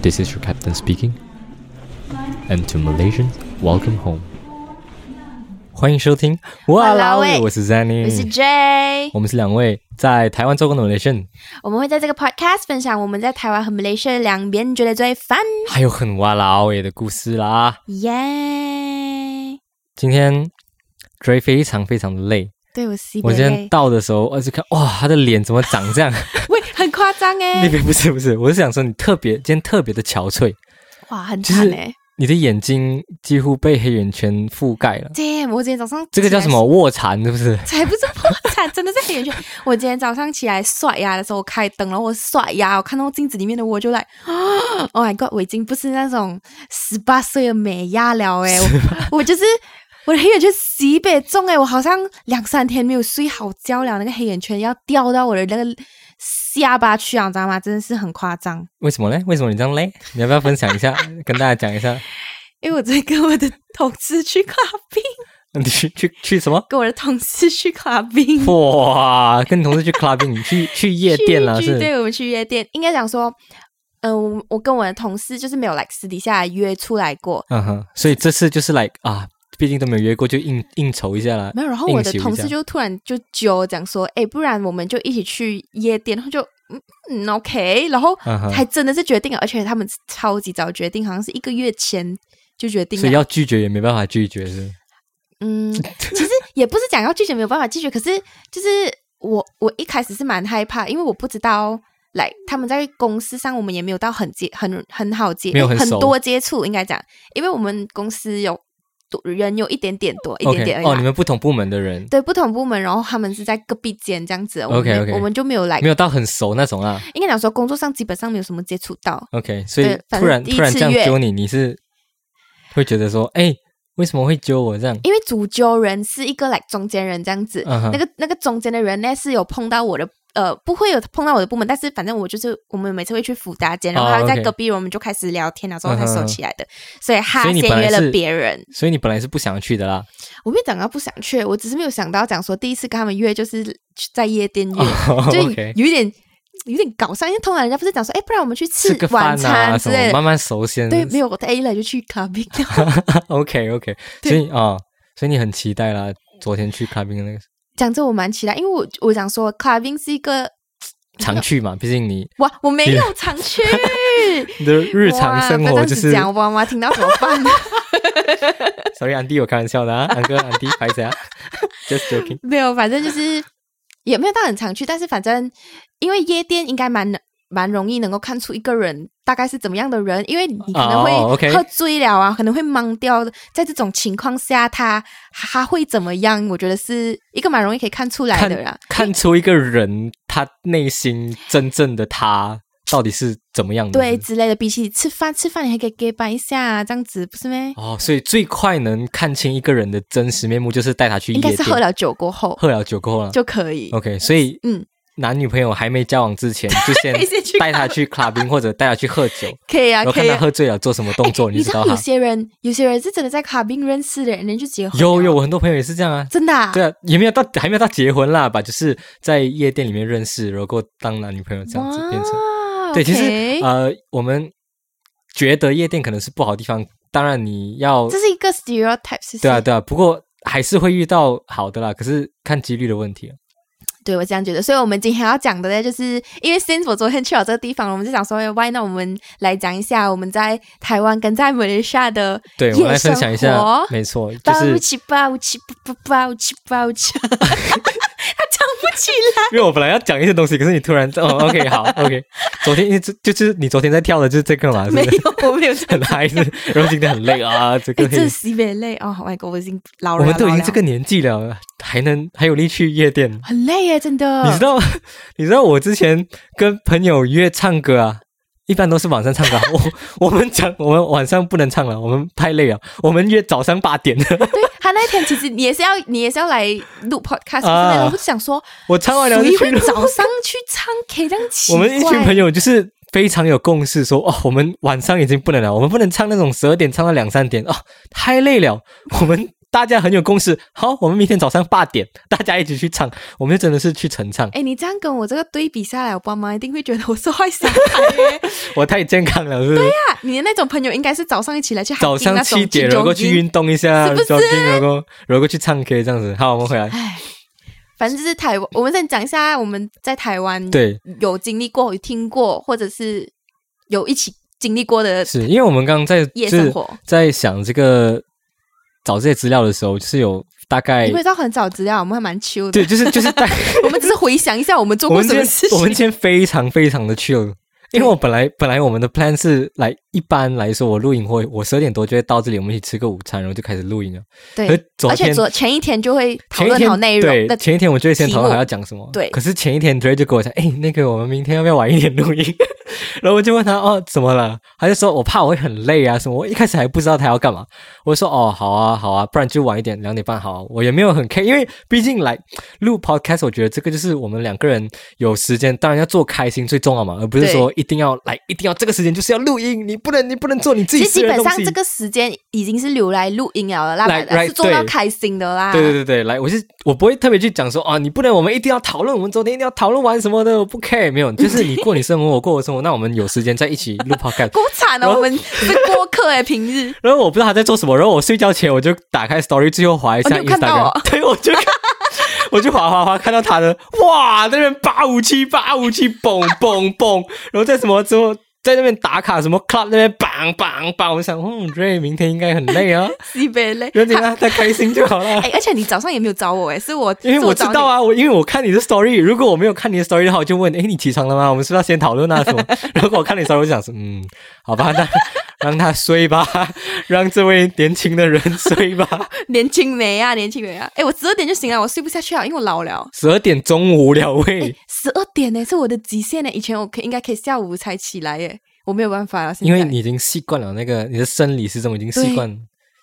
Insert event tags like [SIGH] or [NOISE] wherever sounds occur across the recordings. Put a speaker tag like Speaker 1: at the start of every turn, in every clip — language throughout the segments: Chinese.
Speaker 1: This is your captain speaking. And to Malaysians, welcome home. 欢迎收听哦
Speaker 2: 哇啦喂
Speaker 1: 我是
Speaker 2: 我是
Speaker 1: Zanny，
Speaker 2: J，
Speaker 1: 我们是两位在台湾做工的 Malaysian，
Speaker 2: 我们会在这个 podcast 分享我们在台湾和 Malaysia 两边觉得最 fun，
Speaker 1: 还有很哇啦喂的故事啦。
Speaker 2: 耶、
Speaker 1: 今天 Dray 非常非常的累，
Speaker 2: 对我 C
Speaker 1: 我
Speaker 2: 别
Speaker 1: 今天
Speaker 2: 累，
Speaker 1: 到的时候，我就看哇，他的脸怎么长
Speaker 2: [LAUGHS]
Speaker 1: 这样？
Speaker 2: 喂，很夸张
Speaker 1: 那
Speaker 2: 哎，
Speaker 1: 边不是不是，我是想说你特别今天特别的憔悴，
Speaker 2: 哇，很
Speaker 1: 就
Speaker 2: 惨
Speaker 1: 是
Speaker 2: 哎、
Speaker 1: 你的眼睛几乎被黑眼圈覆盖了。
Speaker 2: Damn，我今天早上
Speaker 1: 这个叫什么卧蚕？是不是？
Speaker 2: 起来？才不是破产，真的是很眼圈。 [LAUGHS] 我今天早上起来刷牙的时候，我开灯，然后我刷牙，我看到镜子里面的我就来啊，Oh my god，我已经不是那种十八岁的美亚了哎、我我就是。我的黑眼圈西北重哎、我好像两三天没有睡好觉了，那个黑眼圈要掉到我的那个下巴去啊，你知道吗？真的是很夸张。
Speaker 1: 为什么呢？为什么你这样累？你要不要分享一
Speaker 2: [LAUGHS]
Speaker 1: 下，跟大家讲一下？
Speaker 2: 因为我在跟我的同事去卡宾，
Speaker 1: 你去去去什么？
Speaker 2: 跟我的同事去卡宾。
Speaker 1: 哇，跟同事去 clubbing，你去去夜店啊了
Speaker 2: [LAUGHS] 去
Speaker 1: 是？
Speaker 2: 对，我们去夜店，应该讲说，嗯、我我跟我的同事就是没有来私底下约出来过，
Speaker 1: 嗯哼，所以这次就是 like 啊，毕竟都没有约过，就应应酬一下啦。
Speaker 2: 没有。然后我的
Speaker 1: 应酬一下
Speaker 2: 同事就突然就揪我讲说，哎，不然我们就一起去夜店，然后就嗯嗯 OK，然后
Speaker 1: 嗯哼
Speaker 2: 还真的是决定了，而且他们超级早决定，好像是一个月前就决定
Speaker 1: 所以
Speaker 2: 了。
Speaker 1: 要拒绝也没办法拒绝是？
Speaker 2: 嗯， [LAUGHS] 其实也不是讲要拒绝没有办法拒绝，可是就是我我一开始是蛮害怕，因为我不知道。来，他们在公司上，我们也没有到很接很很好接，
Speaker 1: 没有很
Speaker 2: 很
Speaker 1: 熟
Speaker 2: 多接触，应该讲，因为我们公司有多人有一点点多， [LAUGHS] 一
Speaker 1: o
Speaker 2: 点
Speaker 1: k [LAUGHS]
Speaker 2: 点而已嘛。
Speaker 1: 哦，你们不同部门的人
Speaker 2: 对不同部门，然后他们是在隔壁间这样子，我们
Speaker 1: OK，OK
Speaker 2: 我们就没有来
Speaker 1: 没，有到很熟那种啊。
Speaker 2: 应该讲说工作上基本上没有什么接触到，
Speaker 1: OK，所以
Speaker 2: 对反
Speaker 1: 突然
Speaker 2: 正第一
Speaker 1: 突然这
Speaker 2: 次
Speaker 1: 样
Speaker 2: 约
Speaker 1: 揪你，你是会觉得说，哎、为什么会揪我这样？
Speaker 2: 因为主揪人是一个来中间人这样子，
Speaker 1: 嗯哼
Speaker 2: 那个那个中间的人呢是有碰到我的，呃，不会有碰到我的部门，但是反正我就是我们每次会去辅大间，然后
Speaker 1: 哦
Speaker 2: 他会在
Speaker 1: OK
Speaker 2: 隔壁，我们就开始聊天了，啊之后
Speaker 1: 嗯哼
Speaker 2: 才收起来的，所以
Speaker 1: 所
Speaker 2: 他
Speaker 1: 以你
Speaker 2: 先
Speaker 1: 本来
Speaker 2: 约
Speaker 1: 是
Speaker 2: 了别人。
Speaker 1: 所以你本来是不想去的啦。
Speaker 2: 我没有讲到不想去，我只是没有想到讲说第一次跟他们约就是去在夜店约，
Speaker 1: [LAUGHS] 哦
Speaker 2: [LAUGHS] 就
Speaker 1: OK
Speaker 2: 有一点有点搞上，因为通常人家不是讲说，哎，不然我们去
Speaker 1: 吃
Speaker 2: 吃
Speaker 1: 个
Speaker 2: 晚
Speaker 1: 饭啊
Speaker 2: 餐
Speaker 1: 什
Speaker 2: 之
Speaker 1: 么，
Speaker 2: 类的，
Speaker 1: 慢慢熟先。
Speaker 2: 对，
Speaker 1: [LAUGHS]
Speaker 2: 没有，我一来就去 clubbing，
Speaker 1: OK OK，
Speaker 2: 对
Speaker 1: 所以啊、所以你很期待啦。昨天去 clubbing 的
Speaker 2: [LAUGHS]
Speaker 1: 那个
Speaker 2: 讲真，我蛮期待，因为我我想说 clubbing 是一个。
Speaker 1: 常去嘛，毕竟你
Speaker 2: 哇，我没有常去，
Speaker 1: 你的日常生
Speaker 2: 哇不
Speaker 1: 活
Speaker 2: 要这样
Speaker 1: 就
Speaker 2: 子
Speaker 1: 是。
Speaker 2: 讲，我妈妈听到怎么办？
Speaker 1: [LAUGHS]
Speaker 2: [LAUGHS]
Speaker 1: Sorry，安迪，我开玩笑的啊，安 [LAUGHS] 哥，安迪，拍一下，just joking。
Speaker 2: 没有，反正就是也没有到很常去，但是反正因为夜店应该蛮蛮容易能够看出一个人大概是怎么样的人，因为你可能
Speaker 1: 哦，OK
Speaker 2: 会喝醉了啊可能会懵掉，在这种情况下他他会怎么样？我觉得是一个蛮容易可以看出来的啊啦
Speaker 1: 看。看出一个人他内心真正的他到底是怎么样的。
Speaker 2: 对
Speaker 1: 是不是
Speaker 2: 之类的，比起吃饭，吃饭你还可以 g 掰一下啊，这样子不是咩？
Speaker 1: 哦，所以最快能看清一个人的真实面目，就是带他去夜
Speaker 2: 应该
Speaker 1: 店，哦
Speaker 2: 是喝了酒过
Speaker 1: [LAUGHS]
Speaker 2: 后
Speaker 1: 喝了酒过后了。
Speaker 2: 就可以。
Speaker 1: OK，所以
Speaker 2: 嗯，
Speaker 1: 男女朋友还没交往之前，就先
Speaker 2: 可以先去
Speaker 1: 带他去 clubbing 或者带他去喝酒，
Speaker 2: 可以 [LAUGHS] 啊，
Speaker 1: 然后
Speaker 2: 可
Speaker 1: 看
Speaker 2: 以
Speaker 1: 他
Speaker 2: 啊。
Speaker 1: 喝醉了做什么动作，
Speaker 2: 欸
Speaker 1: 就
Speaker 2: 知
Speaker 1: 知道
Speaker 2: 道
Speaker 1: 他。
Speaker 2: 有些人，有些人是真的在卡宾认识的人，人就结婚了。
Speaker 1: 有有，我很多朋友也是这样啊。
Speaker 2: 真的、啊？
Speaker 1: 对啊，也没有到还没有到结婚啦吧，就是在夜店里面认识，然后当男女朋友这样子变成。
Speaker 2: 哇
Speaker 1: 对，其
Speaker 2: OK
Speaker 1: 实呃，我们觉得夜店可能是不好的地方，当然你要
Speaker 2: 这是一个 stereotype，是不是
Speaker 1: 对啊对啊，不过还是会遇到好的啦，可是看几率的问题啊。
Speaker 2: 对我这样觉得。所以我们今天要讲的呢，就是因为 since 我昨天去了这个地方，我们就想说，why 那我们来讲一下我们在台湾跟在马来西亚的
Speaker 1: 对，我们来分享一
Speaker 2: 夜
Speaker 1: 下
Speaker 2: 生活，
Speaker 1: 没错，就
Speaker 2: 抱
Speaker 1: 是
Speaker 2: 起抱起不不抱起抱起，他唱不起来。
Speaker 1: 因为我本来要讲一些东西，可是你突然哦，OK
Speaker 2: [LAUGHS]
Speaker 1: 好 OK，昨天一直就是你昨天在跳的就是这个嘛，是不
Speaker 2: 没
Speaker 1: 是？
Speaker 2: 有，我没有这
Speaker 1: [LAUGHS] 很嗨，是然后今天很累啊，这
Speaker 2: [LAUGHS] 哎
Speaker 1: 个，
Speaker 2: 这西北累哦，Oh my god，我已经老
Speaker 1: 我
Speaker 2: 了，
Speaker 1: 们都已
Speaker 2: 老
Speaker 1: 经
Speaker 2: 了
Speaker 1: 这个年纪了，还能还有力去夜
Speaker 2: [LAUGHS]
Speaker 1: 店？
Speaker 2: 很累耶，真的。
Speaker 1: 你知道， [LAUGHS] 你知道我之前跟朋友约唱歌啊，一般都是晚上唱歌啊。我我们讲，我们晚上不能唱了，我们太累了。我们约早上八点。 [LAUGHS]
Speaker 2: 对他那一天其实你也是要，你也是要来录 podcast 之类
Speaker 1: 啊
Speaker 2: 的。我就想说，
Speaker 1: 我唱完了就
Speaker 2: 谁
Speaker 1: 去
Speaker 2: 会
Speaker 1: 了。 [LAUGHS]
Speaker 2: 早上去唱 K 这样奇
Speaker 1: 我
Speaker 2: 怪？
Speaker 1: 们一群朋友就是非常有共识说，哦，我们晚上已经不能了，我们不能唱那种十二点唱到两三点哦，太累了。我们大家很有共识。好，我们明天早上八点，大家一起去唱，我们就真的是去晨唱。
Speaker 2: 哎，你这样跟我这个对比下来，我爸妈一定会觉得我是坏小孩耶。
Speaker 1: 我太健康了，是不是？
Speaker 2: 啊你的那种朋友应该是早上一起来去 hiking
Speaker 1: 早上
Speaker 2: 那种
Speaker 1: 七点，
Speaker 2: 去
Speaker 1: 然后去
Speaker 2: jogging
Speaker 1: 运动一下，
Speaker 2: 是不是
Speaker 1: jogging，然后然后去唱 K 这样子。好，我们回
Speaker 2: [LAUGHS]
Speaker 1: 来。
Speaker 2: 唉，反正就是台湾，我们先讲一下我们在台湾
Speaker 1: 对，
Speaker 2: 有经历过、有听过，或者是有一起经历过的
Speaker 1: 是因为我们刚刚在
Speaker 2: 夜
Speaker 1: 就是
Speaker 2: 生活。
Speaker 1: 在想这个找这些资料的时候，就是有大概
Speaker 2: 你会到很早资料，我们还蛮 chill 的
Speaker 1: 哎对，。就是就是大
Speaker 2: 我们只是回想一 [LAUGHS] 下我们做
Speaker 1: 我
Speaker 2: 过
Speaker 1: 们
Speaker 2: 什
Speaker 1: 今
Speaker 2: 么
Speaker 1: 天
Speaker 2: 事
Speaker 1: 我们
Speaker 2: 情。
Speaker 1: 今天非常非常的 chill，因为我本来本来我们的 plan 是来一般来说我录影会我十二点多就会到这里，我们一起吃个午餐，然后就开始录影了。
Speaker 2: 对
Speaker 1: 可是，昨
Speaker 2: 而且
Speaker 1: 天
Speaker 2: 昨前一天就会讨
Speaker 1: 前一
Speaker 2: 论
Speaker 1: 天
Speaker 2: 好内容
Speaker 1: 对
Speaker 2: 的，
Speaker 1: 前一天我就会先讨论
Speaker 2: 题
Speaker 1: 好
Speaker 2: 目
Speaker 1: 要讲什么。
Speaker 2: 对
Speaker 1: 可是前一天 Dre 就跟我讲，哎，那个我们明天要不要晚一点录音？ [LAUGHS] 然后我就问他，哦，怎么了？他就说我怕我会很累啊什么。我一开始还不知道他要干嘛，我就说哦，好啊，好啊，不然就晚一点，两点半好啊、我也没有很 care，因为毕竟来录 podcast，我觉得这个就是我们两个人有时间，当然要做开心最重要嘛，而不是
Speaker 2: 对
Speaker 1: 说一定要来，一定要这个时间就是要录音，你不能你不能做你自己
Speaker 2: 其实
Speaker 1: 私
Speaker 2: 基
Speaker 1: 人
Speaker 2: 本
Speaker 1: 的东
Speaker 2: 上
Speaker 1: 西。
Speaker 2: 这个时间已经是留来录音了啦，
Speaker 1: 来来
Speaker 2: 是做到
Speaker 1: 对
Speaker 2: 开心的啦。
Speaker 1: 对对对对，来，我是我不会特别去讲说啊，你不能，我们一定要讨论，我们昨天一定要讨论完什么的，我不 care，没有，
Speaker 2: [LAUGHS]
Speaker 1: 就是你过你生活，我过我生活，那我们有时间再一起录 podcast。
Speaker 2: 够惨
Speaker 1: 然
Speaker 2: 了，
Speaker 1: 后
Speaker 2: 我们是过客哎，平日。
Speaker 1: [LAUGHS] 然后我不知道他在做什么，然后我睡觉前我就打开 story，最后滑一下
Speaker 2: 哦你有看到
Speaker 1: Instagram，、 [LAUGHS]
Speaker 2: 哦
Speaker 1: 对，我就看我就滑滑滑看到他的，哇，那边八五七八五七嘣嘣嘣，然后在什么之后在那边打卡什么 club 那边 bang bang bang，我想，嗯，Ray 明天应该很累啊，
Speaker 2: 西北嘞。
Speaker 1: 然后你让他啊开心就好了。
Speaker 2: 哎、而且你早上也没有找我哎、是我
Speaker 1: 因为我
Speaker 2: 我
Speaker 1: 知道啊，我因为我看你的 story，如果我没有看你的 story 的话，我就问，诶，你起床了吗？我们是不是要先讨论啊什么？如果我看你的 story，我就想说，嗯，好吧， [LAUGHS] 那让他睡吧，让这位年轻的人睡吧。
Speaker 2: 找你年轻没啊，年轻没啊，哎、我十二点就醒了，我睡不下去啊，因为我老了。
Speaker 1: 十二点中午了
Speaker 2: [LAUGHS]
Speaker 1: 喂，
Speaker 2: 十二点呢、是我的极限呢、以前我可以应该可以下午才起来耶、我没有办法了。现
Speaker 1: 因
Speaker 2: 在
Speaker 1: 为你已经习惯了那个你的生理时钟已经习惯，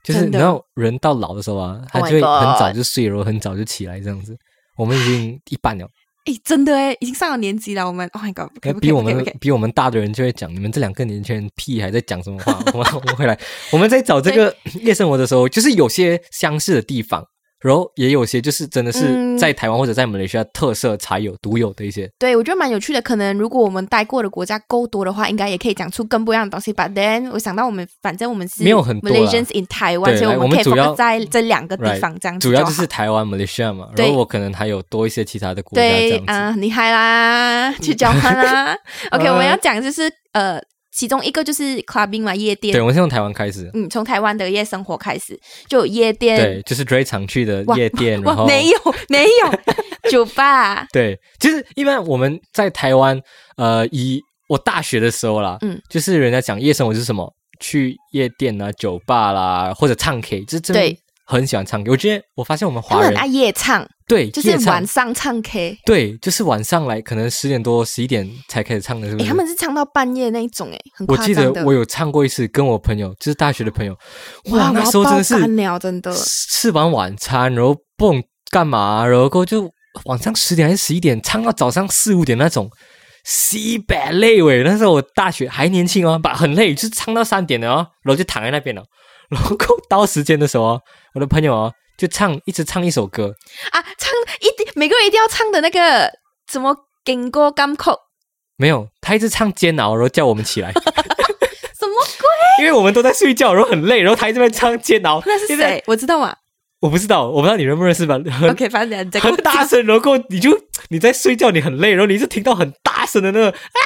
Speaker 1: 就是
Speaker 2: 真
Speaker 1: 你
Speaker 2: 的
Speaker 1: 知道人到老的时候啊，他
Speaker 2: Oh my
Speaker 1: 就会很
Speaker 2: God
Speaker 1: 早就睡，然后很早就起来这样子。我们已经一半了，
Speaker 2: 哎、真的哎、已经上了年纪了，我们 Oh my God，不可以
Speaker 1: 那
Speaker 2: 不
Speaker 1: 哎
Speaker 2: 可以
Speaker 1: 比我
Speaker 2: 不
Speaker 1: 们
Speaker 2: 可以不可以
Speaker 1: 比我们大的人就会讲，你们这两个年轻人屁还在讲什么话？我们我 [LAUGHS] 们回来，我们在找这个夜生活的时候，就是有些相似的地方，然后也有些就是真的是
Speaker 2: 嗯
Speaker 1: 在台湾或者在马来西亚特色才有独有的一些。
Speaker 2: 对我觉得蛮有趣的。可能如果我们待过的国家够多的话，应该也可以讲出更不一样的东西吧。But then 我想到我们反正我们是
Speaker 1: 没有很多啦
Speaker 2: Malaysians in Taiwan，
Speaker 1: 对
Speaker 2: 所以
Speaker 1: 来
Speaker 2: 们可以
Speaker 1: 我们主要
Speaker 2: focus 在这两个地方这样子
Speaker 1: 主要
Speaker 2: 嗯就
Speaker 1: 就
Speaker 2: 好
Speaker 1: 是台湾、马来西亚嘛，
Speaker 2: 对
Speaker 1: 然后我可能还有多一些其他的国家这
Speaker 2: 对
Speaker 1: 样子。
Speaker 2: 啊、很厉害啦，去交
Speaker 1: [LAUGHS]
Speaker 2: 换啦。OK，我们要讲就是呃，其中一个就是 clubbing 嘛，夜
Speaker 1: 对，
Speaker 2: 店。
Speaker 1: 我们先从台湾开始。
Speaker 2: 嗯，从台湾的夜生活开始，就有夜
Speaker 1: 对
Speaker 2: 店。，
Speaker 1: 就是 Dray 常去的
Speaker 2: 哇
Speaker 1: 夜店，然
Speaker 2: 哇，
Speaker 1: 后
Speaker 2: 没有没有 [LAUGHS] 酒吧，
Speaker 1: 对，其实一般我们在台湾，呃，以我大学的时候啦，
Speaker 2: 嗯，
Speaker 1: 就是人家讲夜生活是什么，去夜店啊、酒吧啦，或者唱 K，这真的
Speaker 2: 对
Speaker 1: 很喜欢唱 K。我觉得我发现我们
Speaker 2: 他
Speaker 1: 华
Speaker 2: 们很
Speaker 1: 人
Speaker 2: 爱夜唱，
Speaker 1: 对
Speaker 2: 就是
Speaker 1: 夜唱
Speaker 2: 晚，上唱 K。
Speaker 1: 对，就是晚上来，可能十点多、十一点才开始唱的，是不
Speaker 2: 诶，
Speaker 1: 是？
Speaker 2: 他们是唱到半夜那一种，诶，很
Speaker 1: 嗯我
Speaker 2: 夸
Speaker 1: 记
Speaker 2: 张
Speaker 1: 得
Speaker 2: 的。
Speaker 1: 我有唱过一次，跟我朋友，就是大学的朋友，
Speaker 2: 哇，
Speaker 1: 哇，
Speaker 2: 我
Speaker 1: 那
Speaker 2: 要
Speaker 1: 时候真
Speaker 2: 爆
Speaker 1: 的是
Speaker 2: 肝了，真的。
Speaker 1: 吃完晚餐，然后不懂干嘛，然后过后就晚上十点还是十一点，唱啊到早上四五点那种，西北累喂。那时候我大学还年轻哦，把很累，就是唱到三点了哦，然后就躺在那边了。然后过后到时间的时候哦，我的朋友哦就唱，一直唱一首歌，
Speaker 2: 啊，唱一定每个人一定要唱的那个什么《金歌甘口》，
Speaker 1: 没有，他一直唱煎熬，然后叫我们起来，[LAUGHS]
Speaker 2: [LAUGHS] 什么
Speaker 1: 因为我们都在睡觉，然后很累，然后他一直在唱煎熬。
Speaker 2: [LAUGHS] 那是
Speaker 1: 一直在
Speaker 2: 谁？我知道嘛。
Speaker 1: 我不知道，我不知道你认不认识吧？ [LAUGHS] 很
Speaker 2: OK，反正你再
Speaker 1: 很
Speaker 2: 跟我
Speaker 1: 大声，然后你就你在睡觉，你很累，然后你就听到很大声的那个啊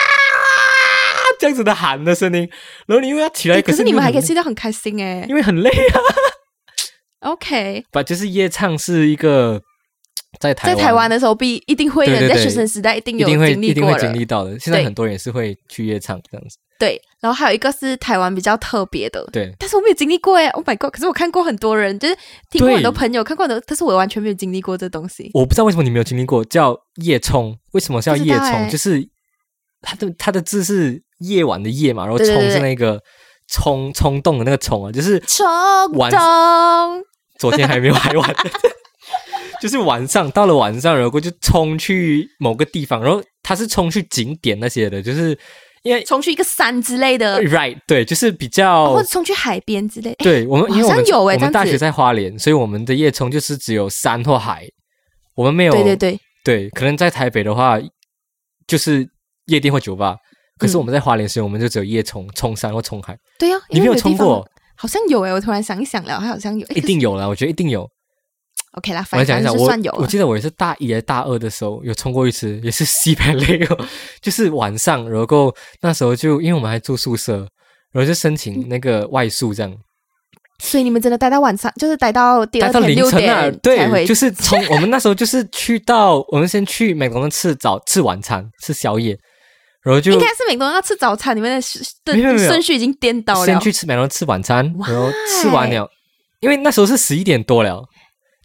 Speaker 1: 这样子的喊的声音，然后你又要起来，
Speaker 2: 欸可是你
Speaker 1: 又
Speaker 2: 们还
Speaker 1: 很
Speaker 2: 可以睡到很开心哎
Speaker 1: 累，、因为很累啊。
Speaker 2: OK，
Speaker 1: 把就是夜唱是一个在台
Speaker 2: 在台湾的时候必一定会的，
Speaker 1: 对对对
Speaker 2: 在学生时代一定
Speaker 1: 一
Speaker 2: [LAUGHS] 有
Speaker 1: 定会
Speaker 2: 经
Speaker 1: 一
Speaker 2: 历
Speaker 1: 定
Speaker 2: 过
Speaker 1: 会
Speaker 2: 的
Speaker 1: 经。历到的，现在
Speaker 2: 对
Speaker 1: 很多人也是会去夜唱这样子。
Speaker 2: 对，然后还有一个是台湾比较特别的，
Speaker 1: 对，
Speaker 2: 但是我没有经历过哎，Oh my god！可是我看过很多人，就是听过
Speaker 1: 对
Speaker 2: 很多朋友看过很多，但是我完全没有经历过这东西。
Speaker 1: 我不知道为什么你没有经历过，叫夜冲，为什么叫夜
Speaker 2: 不知道
Speaker 1: 冲？
Speaker 2: 欸
Speaker 1: 就是它的它的字是夜晚的夜嘛，然后
Speaker 2: 对对
Speaker 1: 冲
Speaker 2: 对
Speaker 1: 是
Speaker 2: 对
Speaker 1: 那个冲冲动的那个冲啊，就是
Speaker 2: 冲
Speaker 1: 晚
Speaker 2: 动，
Speaker 1: 昨天还没有还完， [LAUGHS] 就是晚上到了晚上，然后就冲去某个地方，然后他是冲去景点那些的，就是因为
Speaker 2: 冲去一个山之类的，
Speaker 1: right 对，就是比较、
Speaker 2: 呃哦或者冲去海边之类。哎诶
Speaker 1: 对我们，因为我
Speaker 2: 好
Speaker 1: 们
Speaker 2: 像有
Speaker 1: 我
Speaker 2: 欸这
Speaker 1: 们
Speaker 2: 样子
Speaker 1: 大学在花莲，所以我们的夜冲就是只有山或海，我们没有
Speaker 2: 对对对，
Speaker 1: 对，可能在台北的话就是夜店或酒吧，可是
Speaker 2: 嗯
Speaker 1: 我们在花莲，所以我们就只有夜冲、冲山或冲海。
Speaker 2: 对呀、
Speaker 1: 你
Speaker 2: 因
Speaker 1: 没有
Speaker 2: 为地
Speaker 1: 冲
Speaker 2: 方
Speaker 1: 过？
Speaker 2: 好像有诶，我突然想一想了，它好像有，诶
Speaker 1: 一定有啦，我觉得一定有。
Speaker 2: 可是 OK 啦，
Speaker 1: 我来
Speaker 2: 反
Speaker 1: 讲一下，
Speaker 2: 正就
Speaker 1: 我
Speaker 2: 算有
Speaker 1: 我
Speaker 2: 了。
Speaker 1: 记得我也是大一还是大二的时候有冲过一次，也是 [LAUGHS] 西北类哦，就是晚上，然后那时候就因为我们还住宿舍，然后就申请那个外宿这样。
Speaker 2: 所以你们真的待到晚上，就是待到第
Speaker 1: 待
Speaker 2: 二
Speaker 1: 到
Speaker 2: 天
Speaker 1: 凌
Speaker 2: 六
Speaker 1: 晨啊
Speaker 2: 点，才
Speaker 1: 对，
Speaker 2: 回。
Speaker 1: 就是从我们那时候就是去到我们先去美国那吃早吃晚餐吃宵夜，然后就
Speaker 2: 应该是美国人要吃早餐，你们的顺
Speaker 1: 没有没有
Speaker 2: 的
Speaker 1: 没有
Speaker 2: 顺序已经颠倒了。
Speaker 1: 先去吃美国吃晚餐，然后吃完
Speaker 2: Why？
Speaker 1: 了，因为那时候是十一点多了，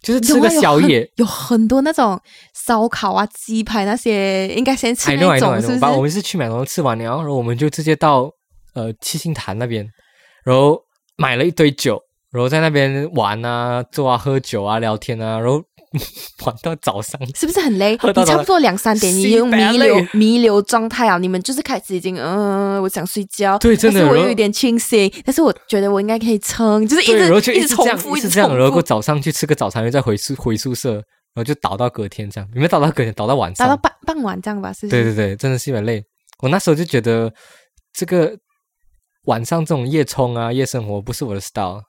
Speaker 1: 就是吃
Speaker 2: 有啊
Speaker 1: 个宵夜。
Speaker 2: 有很，有很多那种烧烤啊、鸡排那些，应该先吃
Speaker 1: I know,
Speaker 2: 那
Speaker 1: I know,
Speaker 2: 种
Speaker 1: I
Speaker 2: 是
Speaker 1: know。把我
Speaker 2: 不是？
Speaker 1: 们是去美国吃完了，然后我们就直接到呃七星潭那边，然后买了一堆酒，然后在那边玩啊、坐啊、喝酒啊、聊天啊，然后玩到早上。
Speaker 2: 是不是很累？
Speaker 1: 喝到
Speaker 2: 你
Speaker 1: 早
Speaker 2: 差不多两三点，你已经
Speaker 1: 西班
Speaker 2: 弥
Speaker 1: 牙
Speaker 2: 留
Speaker 1: 累
Speaker 2: 弥留状态啊！你们就是开始已经，嗯、我想睡觉，
Speaker 1: 对真的
Speaker 2: 但是我
Speaker 1: 然后
Speaker 2: 又有一点清醒，但是我觉得我应该可以撑，就是 [LAUGHS] 一
Speaker 1: 对，然后
Speaker 2: 直
Speaker 1: 就一
Speaker 2: 直
Speaker 1: 这
Speaker 2: 重
Speaker 1: 样，
Speaker 2: 复，
Speaker 1: 一
Speaker 2: 一
Speaker 1: 直
Speaker 2: 直
Speaker 1: 这样，
Speaker 2: 重
Speaker 1: 然后
Speaker 2: 复
Speaker 1: 早上去吃个早餐，又再回宿回宿舍，然后就倒到隔天这样，你们倒到隔天，倒到晚
Speaker 2: 打
Speaker 1: 上，
Speaker 2: 到傍傍晚这样吧，是不
Speaker 1: 对
Speaker 2: 是？ [LAUGHS]
Speaker 1: 对对，真的是有点累。我那时候就觉得这个晚上这种夜冲啊、夜生活不是我的 style，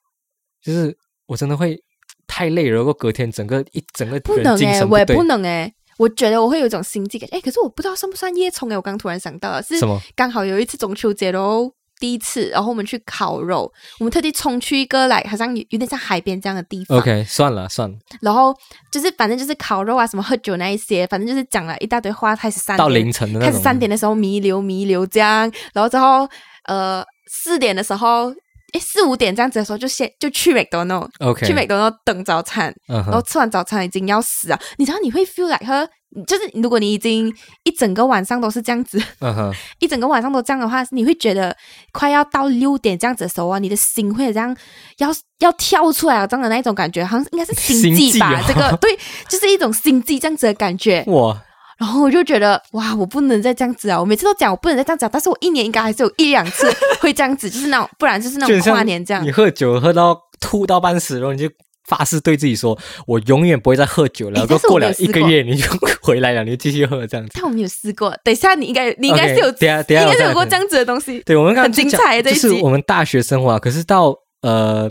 Speaker 1: 就是我真的会太累，然后隔天整个一整个
Speaker 2: 不
Speaker 1: 人
Speaker 2: 能
Speaker 1: 精
Speaker 2: 哎、
Speaker 1: 神
Speaker 2: 我也
Speaker 1: 对
Speaker 2: 不，能哎、我觉得我会有一种心悸感，哎、可是我不知道算不算夜冲哎、我刚突然想到了，是
Speaker 1: 什么
Speaker 2: 刚好有一次中秋节然后第一次，然后我们去烤肉，我们特地冲去一个来，好像有有点像海边这样的地方。
Speaker 1: ？OK，算了算了，
Speaker 2: 然后就是反正就是烤肉啊，什么喝酒那一些，反正就是讲了一大堆话，开始三
Speaker 1: 到
Speaker 2: 点
Speaker 1: 凌，晨的那
Speaker 2: 开始
Speaker 1: 种
Speaker 2: 三点的时候弥留弥留这样，然后之后呃四点的时候，诶四五点这样子的时候就先就去 McDonald，
Speaker 1: ，OK，
Speaker 2: 去 McDonald 等早餐，
Speaker 1: 嗯
Speaker 2: 然后
Speaker 1: 哼，
Speaker 2: 吃完早餐已经要死啊！你知道你会 feel like 喝，就是如果你已经一整个晚上都是这样子，
Speaker 1: 嗯哼，
Speaker 2: 一整个晚上都这样的话，你会觉得快要到六点这样子的时候啊，你的心会这样要要跳出来啊，这样的那一种感觉，好像应该是心悸吧？
Speaker 1: 心悸哦 [LAUGHS]
Speaker 2: 这个对，就是一种心悸这样子的感觉。
Speaker 1: 哇，
Speaker 2: 然后我就觉得哇，我不能再这样子啊！我每次都讲我不能再这样子、啊，但是我一年应该还是有一两次会这样子，就是那种不然就是
Speaker 1: [LAUGHS]
Speaker 2: 那
Speaker 1: 就
Speaker 2: 种
Speaker 1: 很像
Speaker 2: 跨年这样
Speaker 1: 你。喝酒喝到吐到半死，然后你就发誓对自己说，我永远不会再喝酒了。
Speaker 2: 诶
Speaker 1: 然后
Speaker 2: 但是我
Speaker 1: 过了
Speaker 2: 没有
Speaker 1: 一
Speaker 2: 试
Speaker 1: 个
Speaker 2: 过
Speaker 1: 月，你就 [LAUGHS] 回来了，你就继续喝这样子。
Speaker 2: 但我没有试过，等一下你应该你应该
Speaker 1: OK，
Speaker 2: 是有
Speaker 1: 等一下等一下
Speaker 2: 应该
Speaker 1: 我
Speaker 2: 是
Speaker 1: 再
Speaker 2: 有过
Speaker 1: 看
Speaker 2: 这样子的东西。
Speaker 1: 对，我们刚刚
Speaker 2: 很精
Speaker 1: 就讲
Speaker 2: 彩这一
Speaker 1: 就
Speaker 2: 集
Speaker 1: 是我们大学生活啊。可是到呃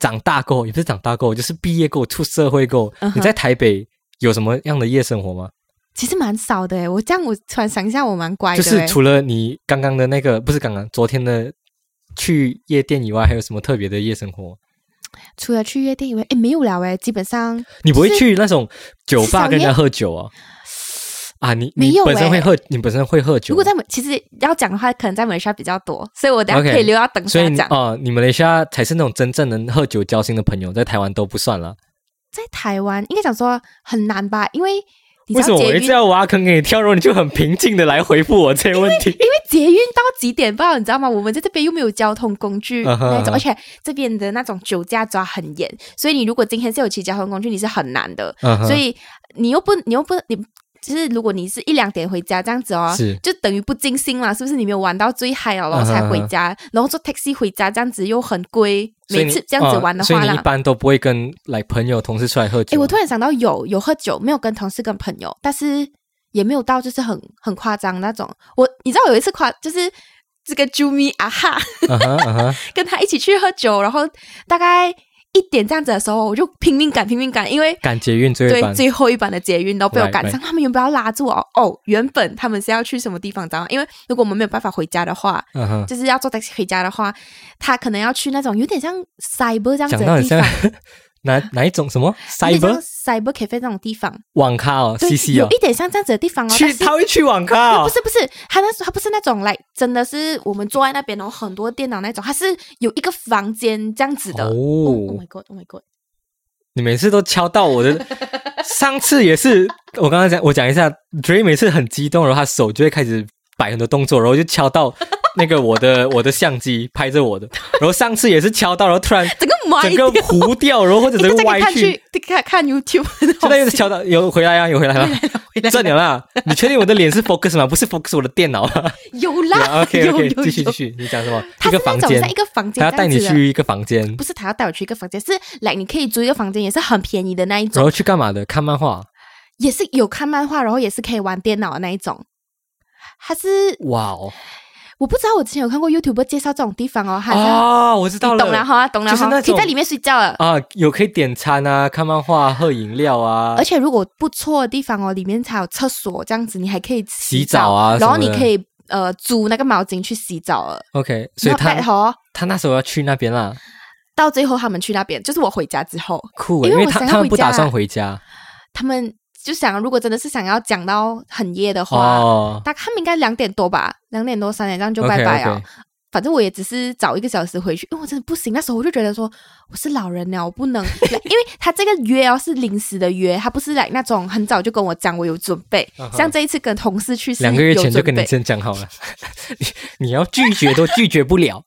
Speaker 1: 长大过后，也不是长大过后，就是毕业过后、出社会过后
Speaker 2: 嗯哼
Speaker 1: 你在台北有什么样的夜生活吗？
Speaker 2: 其实蛮少的诶，我这样我突然想一下，我蛮乖
Speaker 1: 就
Speaker 2: 的欸
Speaker 1: 是
Speaker 2: 诶。
Speaker 1: 除了你刚刚的那个，不是刚刚昨天的去夜店以外，还有什么特别的夜生活吗？
Speaker 2: 除了去夜店以外，诶，没有了诶，基本上
Speaker 1: 你不会
Speaker 2: 就是
Speaker 1: 去那种酒吧
Speaker 2: 小
Speaker 1: 跟人家
Speaker 2: 夜
Speaker 1: 喝酒啊？啊，你
Speaker 2: 没
Speaker 1: 你
Speaker 2: 有
Speaker 1: 本身
Speaker 2: 欸
Speaker 1: 会喝，你本身会喝酒
Speaker 2: 如
Speaker 1: 吗。
Speaker 2: 果在美，其实要讲的话，可能在美莎比较多，所以我等下
Speaker 1: OK，
Speaker 2: 可以留到等
Speaker 1: 所以
Speaker 2: 下
Speaker 1: 你
Speaker 2: 讲。
Speaker 1: 哦，你们雷下才是那种真正能喝酒交心的朋友，在台湾都不算了。
Speaker 2: 在台湾应该讲说很难吧，因为你
Speaker 1: 为
Speaker 2: 知
Speaker 1: 什么
Speaker 2: 道
Speaker 1: 我
Speaker 2: 捷
Speaker 1: 一
Speaker 2: 运
Speaker 1: 直要挖坑给你跳，然后你就很平静的来回复我这个问
Speaker 2: [LAUGHS]
Speaker 1: 题？
Speaker 2: 捷运到几点不知道，你知道吗？我们在这边又没有交通工具
Speaker 1: 嗯哼
Speaker 2: 那
Speaker 1: 嗯哼
Speaker 2: 种，而且这边的那种酒驾抓很严，所以你如果今天是有骑交通工具，你是很难的。
Speaker 1: 嗯哼
Speaker 2: 所以你又不，你又不，你就是如果你是一两点回家这样子哦
Speaker 1: 是，
Speaker 2: 就等于不尽兴嘛，是不是？你没有玩到最嗨了，然后
Speaker 1: 嗯哼
Speaker 2: 才回家，然后坐 taxi 回家这样子又很贵，
Speaker 1: 所以
Speaker 2: 每
Speaker 1: 你
Speaker 2: 次这样子玩的
Speaker 1: 哦
Speaker 2: 话
Speaker 1: 所以你
Speaker 2: 啦
Speaker 1: 一。般都不会跟来朋友、同事出来喝
Speaker 2: 诶，
Speaker 1: 酒啊。
Speaker 2: 哎我突然想到有有喝酒，没有跟同事跟朋友，但是也没有到就是很很夸张那种。我你知道有一次夸就是。这个啾咪啊哈， [LAUGHS]
Speaker 1: 嗯哼嗯哼，
Speaker 2: 跟他一起去喝酒，然后大概一点这样子的时候，我就拼命赶拼命赶，因为
Speaker 1: 赶捷运最后一
Speaker 2: 对
Speaker 1: 班。
Speaker 2: 最后一版的捷运都被我赶上。他们原本要拉住我哦，原本他们是要去什么地方，知道吗？因为如果我们没有办法回家的话，
Speaker 1: 嗯哼，
Speaker 2: 就是要坐 taxi 回家的话，他可能要去那种有点像 cyber 这样子
Speaker 1: 讲到
Speaker 2: 的
Speaker 1: 很
Speaker 2: 地
Speaker 1: 像
Speaker 2: 方，
Speaker 1: [LAUGHS] 哪哪一种什么
Speaker 2: 有点像
Speaker 1: cyber
Speaker 2: cyber cafe 那种地方，
Speaker 1: 网咖哦
Speaker 2: 对，
Speaker 1: ，CC
Speaker 2: 有
Speaker 1: 哦，
Speaker 2: 一点像这样子的地方哦。但
Speaker 1: 去
Speaker 2: 是
Speaker 1: 他会去网咖
Speaker 2: 又不
Speaker 1: 哦。
Speaker 2: 是不是，他那他不是那种来真的是我们坐在那边然后很多电脑那种，他是有一个房间这样子的。Oh, oh
Speaker 1: 哦
Speaker 2: my，god! Oh my god!
Speaker 1: 你每次都敲到我
Speaker 2: [LAUGHS]
Speaker 1: 的。上次也是，我刚刚讲，我讲一下，Dray 每次很激动，然后他手就会开始摆很多动作，然后就敲到那个我的 [LAUGHS] 我的相机拍着我的，然后上次也是敲到，然后突然
Speaker 2: 整个 [LAUGHS] 歪
Speaker 1: 整个
Speaker 2: 掉。
Speaker 1: 糊掉，然后或者
Speaker 2: [LAUGHS] 你
Speaker 1: 整
Speaker 2: 再
Speaker 1: 个歪
Speaker 2: 看
Speaker 1: 去。
Speaker 2: 去看看 YouTube，
Speaker 1: 现在又是敲到，有回来啊，有回来了，
Speaker 2: [LAUGHS] 回来
Speaker 1: 正了啦。你确定我的脸是 focus 吗？不是 focus 我的电脑啊。
Speaker 2: 有 [LAUGHS] 啦
Speaker 1: OK
Speaker 2: 有
Speaker 1: OK，
Speaker 2: 有
Speaker 1: 继续继
Speaker 2: 有。
Speaker 1: 续，你讲什么？
Speaker 2: 他
Speaker 1: 一个
Speaker 2: 是那
Speaker 1: 房
Speaker 2: 种
Speaker 1: 间
Speaker 2: 在一，个房间，
Speaker 1: 他要带你，去一个房间
Speaker 2: 不，是他要带我去一个房间，是 like 你可以租一个房间，也是很便宜的那一
Speaker 1: 然
Speaker 2: 种，
Speaker 1: 后去干嘛的？看漫画。
Speaker 2: 也是有看漫画，然后也是可以玩电脑的那一种。他是
Speaker 1: 哇哦！
Speaker 2: 我不知道，我之前有看过 YouTube 介绍这种地方哦，好像、
Speaker 1: 哦，我知道
Speaker 2: 你懂了
Speaker 1: 了。
Speaker 2: 哈，懂了
Speaker 1: 就是
Speaker 2: 哈，
Speaker 1: 那
Speaker 2: 可以
Speaker 1: 种
Speaker 2: 在里面睡觉了。
Speaker 1: 啊，有可以点餐啊，看漫画啊、喝饮料啊
Speaker 2: 而，且如果不错的地方哦，里面才有厕所这样子，你还可以洗
Speaker 1: 洗澡啊
Speaker 2: 然后
Speaker 1: 什
Speaker 2: 你
Speaker 1: 么的
Speaker 2: 可以呃租那个毛巾去洗澡了。
Speaker 1: OK，所以
Speaker 2: Not
Speaker 1: 他
Speaker 2: bad 哦
Speaker 1: 他那时候要去那边啦，
Speaker 2: 到最后他们去那边，就是我回家之后，
Speaker 1: 酷
Speaker 2: 因
Speaker 1: 欸，
Speaker 2: 为
Speaker 1: 因为
Speaker 2: 我
Speaker 1: 他
Speaker 2: 想要
Speaker 1: 他们不
Speaker 2: 回家
Speaker 1: 打算回家
Speaker 2: 他们就想如果真的是想要讲到很夜的话，
Speaker 1: 哦。
Speaker 2: 大概他们应该两点多吧，两点多三点这样就
Speaker 1: OK
Speaker 2: 拜拜啊。
Speaker 1: OK，
Speaker 2: 反正我也只是早一个小时回去，因为我真的不行。那时候我就觉得说我是老人了，我不能，因为他这个约哦是临时的约，他不是来那种很早就跟我讲我有准备。
Speaker 1: 嗯哼
Speaker 2: 像这一次跟同事去是
Speaker 1: 两个月前就跟
Speaker 2: 有
Speaker 1: 你
Speaker 2: 准备
Speaker 1: 先讲好了， [LAUGHS] 你你要拒绝都拒绝不了，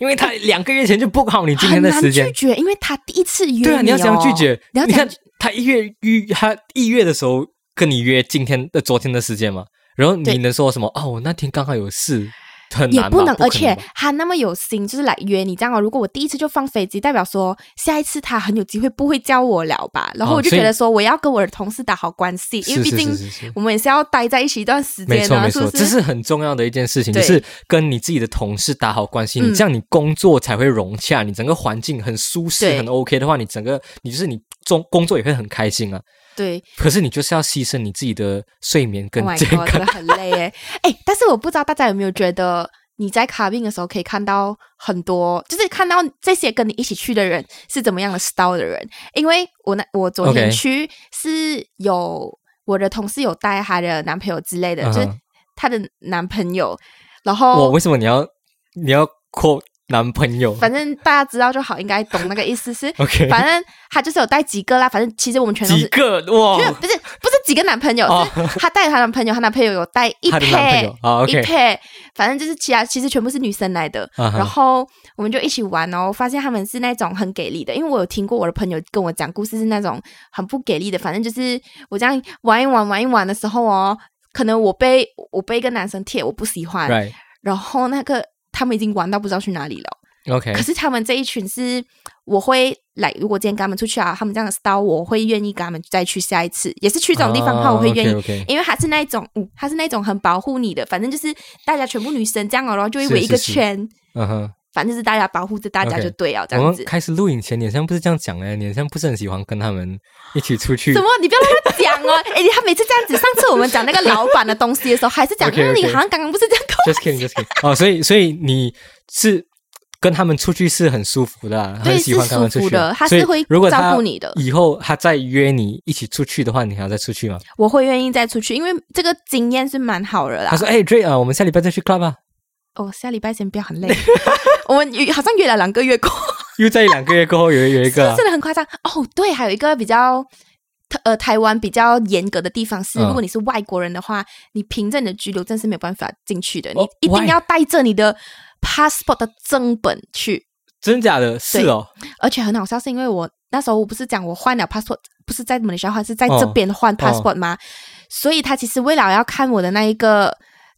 Speaker 1: 因为他两个月前就 book 好你今天的时
Speaker 2: 很难
Speaker 1: 间
Speaker 2: 拒。绝，因为他第一次约你、哦，
Speaker 1: 对啊，你要怎样拒绝？
Speaker 2: 你要
Speaker 1: 你
Speaker 2: 怎样
Speaker 1: 看他一月约他一月的时候跟你约今天的昨天的时间嘛，然后
Speaker 2: 对
Speaker 1: 你能说什么？哦，我那天刚好有事，很
Speaker 2: 也
Speaker 1: 难吧
Speaker 2: 不能，
Speaker 1: 可
Speaker 2: 而且
Speaker 1: 吧
Speaker 2: 他那么有心，就是来约你这样哦。如果我第一次就放飞机，代表说下一次他很有机会不会教我聊吧。然后
Speaker 1: 哦
Speaker 2: 我就
Speaker 1: 所以
Speaker 2: 觉得说我要跟我的同事打好关系，因
Speaker 1: 是
Speaker 2: 为毕
Speaker 1: 是
Speaker 2: 竟
Speaker 1: 是是是
Speaker 2: 我们也是要待在一起一段时
Speaker 1: 没
Speaker 2: 间
Speaker 1: 错
Speaker 2: 啊，
Speaker 1: 没
Speaker 2: 是
Speaker 1: 错，
Speaker 2: 不
Speaker 1: 这是很重要的一件事情，就
Speaker 2: 对
Speaker 1: 是跟你自己的同事打好关系，
Speaker 2: 嗯
Speaker 1: 你这样你工作才会融洽，你整个环境很舒适、
Speaker 2: 对
Speaker 1: 很 OK 的话，你整个你就是你中工作也会很开心啊。
Speaker 2: 对，
Speaker 1: 可是你就是要牺牲你自己的睡眠跟
Speaker 2: Oh my
Speaker 1: 健
Speaker 2: god，
Speaker 1: 康
Speaker 2: 真的很
Speaker 1: [LAUGHS]
Speaker 2: 累诶。哎，但是我不知道大家有没有觉得，你在卡宾的时候可以看到很多，就是看到这些跟你一起去的人是怎么样的 style 的人。因为我那我昨天
Speaker 1: OK
Speaker 2: 去是有我的同事有带她的男朋友之类的
Speaker 1: 嗯哼
Speaker 2: 就是她的男朋友，然
Speaker 1: 我
Speaker 2: 后
Speaker 1: 为什么你要你要扣男朋友。
Speaker 2: 反正大家知道就好，应该懂那个意思是
Speaker 1: ？OK， [LAUGHS]
Speaker 2: 反正她就是有带几个啦，反正其实我们全都
Speaker 1: 几
Speaker 2: 是
Speaker 1: 个
Speaker 2: 没有，
Speaker 1: 哇？
Speaker 2: 不是不是几个男朋友，
Speaker 1: 哦
Speaker 2: 是她带她男朋友，她男朋友有带
Speaker 1: [LAUGHS]
Speaker 2: 一
Speaker 1: 她的男朋
Speaker 2: 配
Speaker 1: 友，啊
Speaker 2: 一
Speaker 1: ，OK，
Speaker 2: 配，反正就是其他其实全部是女生来的，
Speaker 1: 啊哈
Speaker 2: 然后我们就一起玩哦。发现他们是那种很给力的，因为我有听过我的朋友跟我讲故事是那种很不给力的，反正就是我这样玩一玩玩一玩的时候哦，可能我被我被一个男生贴，我不喜欢
Speaker 1: ，Right，OK，
Speaker 2: 然后那个他们已经玩到不知道去哪里了。可是他们这一群是，我会来。如果今天跟他们出去啊，他们这样的 style，我会愿意跟他们再去下一次。也是去这种地
Speaker 1: 啊
Speaker 2: 方的话，我会愿意
Speaker 1: o k
Speaker 2: 因为他是那一种，嗯，他是那一种很保护你的，反正就是大家全部女生这样哦，然后就会围一个
Speaker 1: 是是是
Speaker 2: 圈，
Speaker 1: 嗯哼，
Speaker 2: 反正就是大家保护着大家
Speaker 1: OK
Speaker 2: 就对了，这
Speaker 1: 我
Speaker 2: 样
Speaker 1: 们
Speaker 2: 子。
Speaker 1: 开始录影前，你好像不是这样讲哎，你好像不是很喜欢跟他们一起出去
Speaker 2: 什。么？你不要乱讲哦！哎、他每次这样子。上次我们讲那个老板的东西的时候，还是讲， [LAUGHS]
Speaker 1: OK，OK
Speaker 2: 嗯，你好像刚刚不是这样 [LAUGHS] 跟我
Speaker 1: Just kidding, just kidding。哦，所以所以你是跟他们出去是很舒服的、啊，
Speaker 2: 对
Speaker 1: 很喜欢
Speaker 2: 是
Speaker 1: 跟他们出
Speaker 2: 舒服
Speaker 1: 去啊。
Speaker 2: 的他
Speaker 1: 所
Speaker 2: 是
Speaker 1: 以
Speaker 2: 会
Speaker 1: 如果他
Speaker 2: 照顾你的
Speaker 1: 以后他再约你一起出去的话，你还要再出去吗？
Speaker 2: 我会愿意再出去，因为这个经验是蛮好的啦
Speaker 1: 他。说：“哎、d r a y 啊，我们下礼拜再去 club 啊。
Speaker 2: 哦，下礼拜先不要很 [LAUGHS] 累，我们约好像约了两个月过，”
Speaker 1: [LAUGHS] 又在两个月过后有有一
Speaker 2: 是不
Speaker 1: 个
Speaker 2: 是
Speaker 1: 啊、
Speaker 2: 真的很夸张？哦，对，还有一个比较。呃，台湾比较严格的地方是，
Speaker 1: 嗯
Speaker 2: 如果你是外国人的话，你凭着你的居留证是没有办法进去的，
Speaker 1: 哦
Speaker 2: 你一定
Speaker 1: why？
Speaker 2: 要带着你的 passport 的正本去。
Speaker 1: 真假的是哦，
Speaker 2: 而且很好笑，是因为我那时候我不是讲我换了 passport，不是在马来西亚换，是在
Speaker 1: 哦
Speaker 2: 这边换 passport 吗？所以他其实为了要看我的那一个，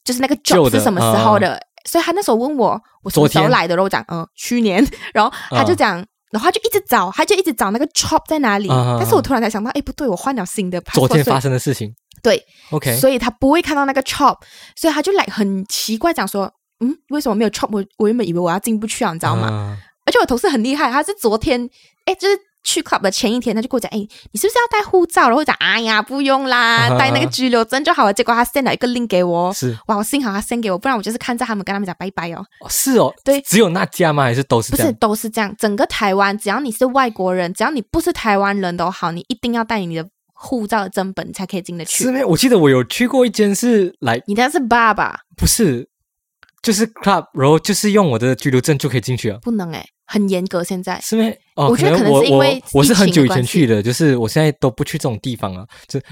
Speaker 2: 就是那个
Speaker 1: 旧
Speaker 2: job
Speaker 1: 的啊
Speaker 2: 是什么时候的，所以他那时候问我我什
Speaker 1: 昨
Speaker 2: 么时候
Speaker 1: 天啊
Speaker 2: 来的，然后我讲嗯去年，然后他就讲。然后他就一直找，他就一直找那个 job 在哪里。
Speaker 1: 嗯嗯嗯
Speaker 2: 但是我突然才想到，哎，不对，我换了新的 passport，
Speaker 1: 昨天
Speaker 2: 所以
Speaker 1: 发生的事情。
Speaker 2: 对
Speaker 1: OK，
Speaker 2: 所以他不会看到那个 chop，所以他就来很奇怪，讲说，嗯，为什么没有 chop？我我原本以为我要进不去啊，你知道吗？
Speaker 1: 啊
Speaker 2: 而且我同事很厉害，他是昨天，哎，就是去 club 的前一天，他就跟我讲，哎，你是不是要带护照？然后我讲，哎呀，不用啦
Speaker 1: 啊哈，
Speaker 2: 带那个居留证就好了。结果他 send 了一个 link 给我，
Speaker 1: 是
Speaker 2: 哇，我幸好他 send 给我，不然我就是看着他们跟他们讲拜拜哦。
Speaker 1: 哦是哦，
Speaker 2: 对
Speaker 1: 只有那家吗？还是都是
Speaker 2: 不
Speaker 1: 这
Speaker 2: 是
Speaker 1: 样？
Speaker 2: 都是这样，整个台湾只要你是外国人，只要你不是台湾人都好，你一定要带你的护照的真本你才可以进得去。
Speaker 1: 是咩？我记得我有去过一间是来
Speaker 2: 你那是爸爸
Speaker 1: 不是，就是 club，然后就是用我的居留证就可以进去了。
Speaker 2: 不能哎、很严格
Speaker 1: [LAUGHS]
Speaker 2: 现在。
Speaker 1: 是咩？哦，
Speaker 2: 哎我觉得可
Speaker 1: 能
Speaker 2: 能
Speaker 1: 我
Speaker 2: 是因为
Speaker 1: 我我是
Speaker 2: 疫情
Speaker 1: 很久
Speaker 2: 的
Speaker 1: 以
Speaker 2: 关
Speaker 1: 前
Speaker 2: 系
Speaker 1: 去的，就是我现在都不去这种地方了。就啊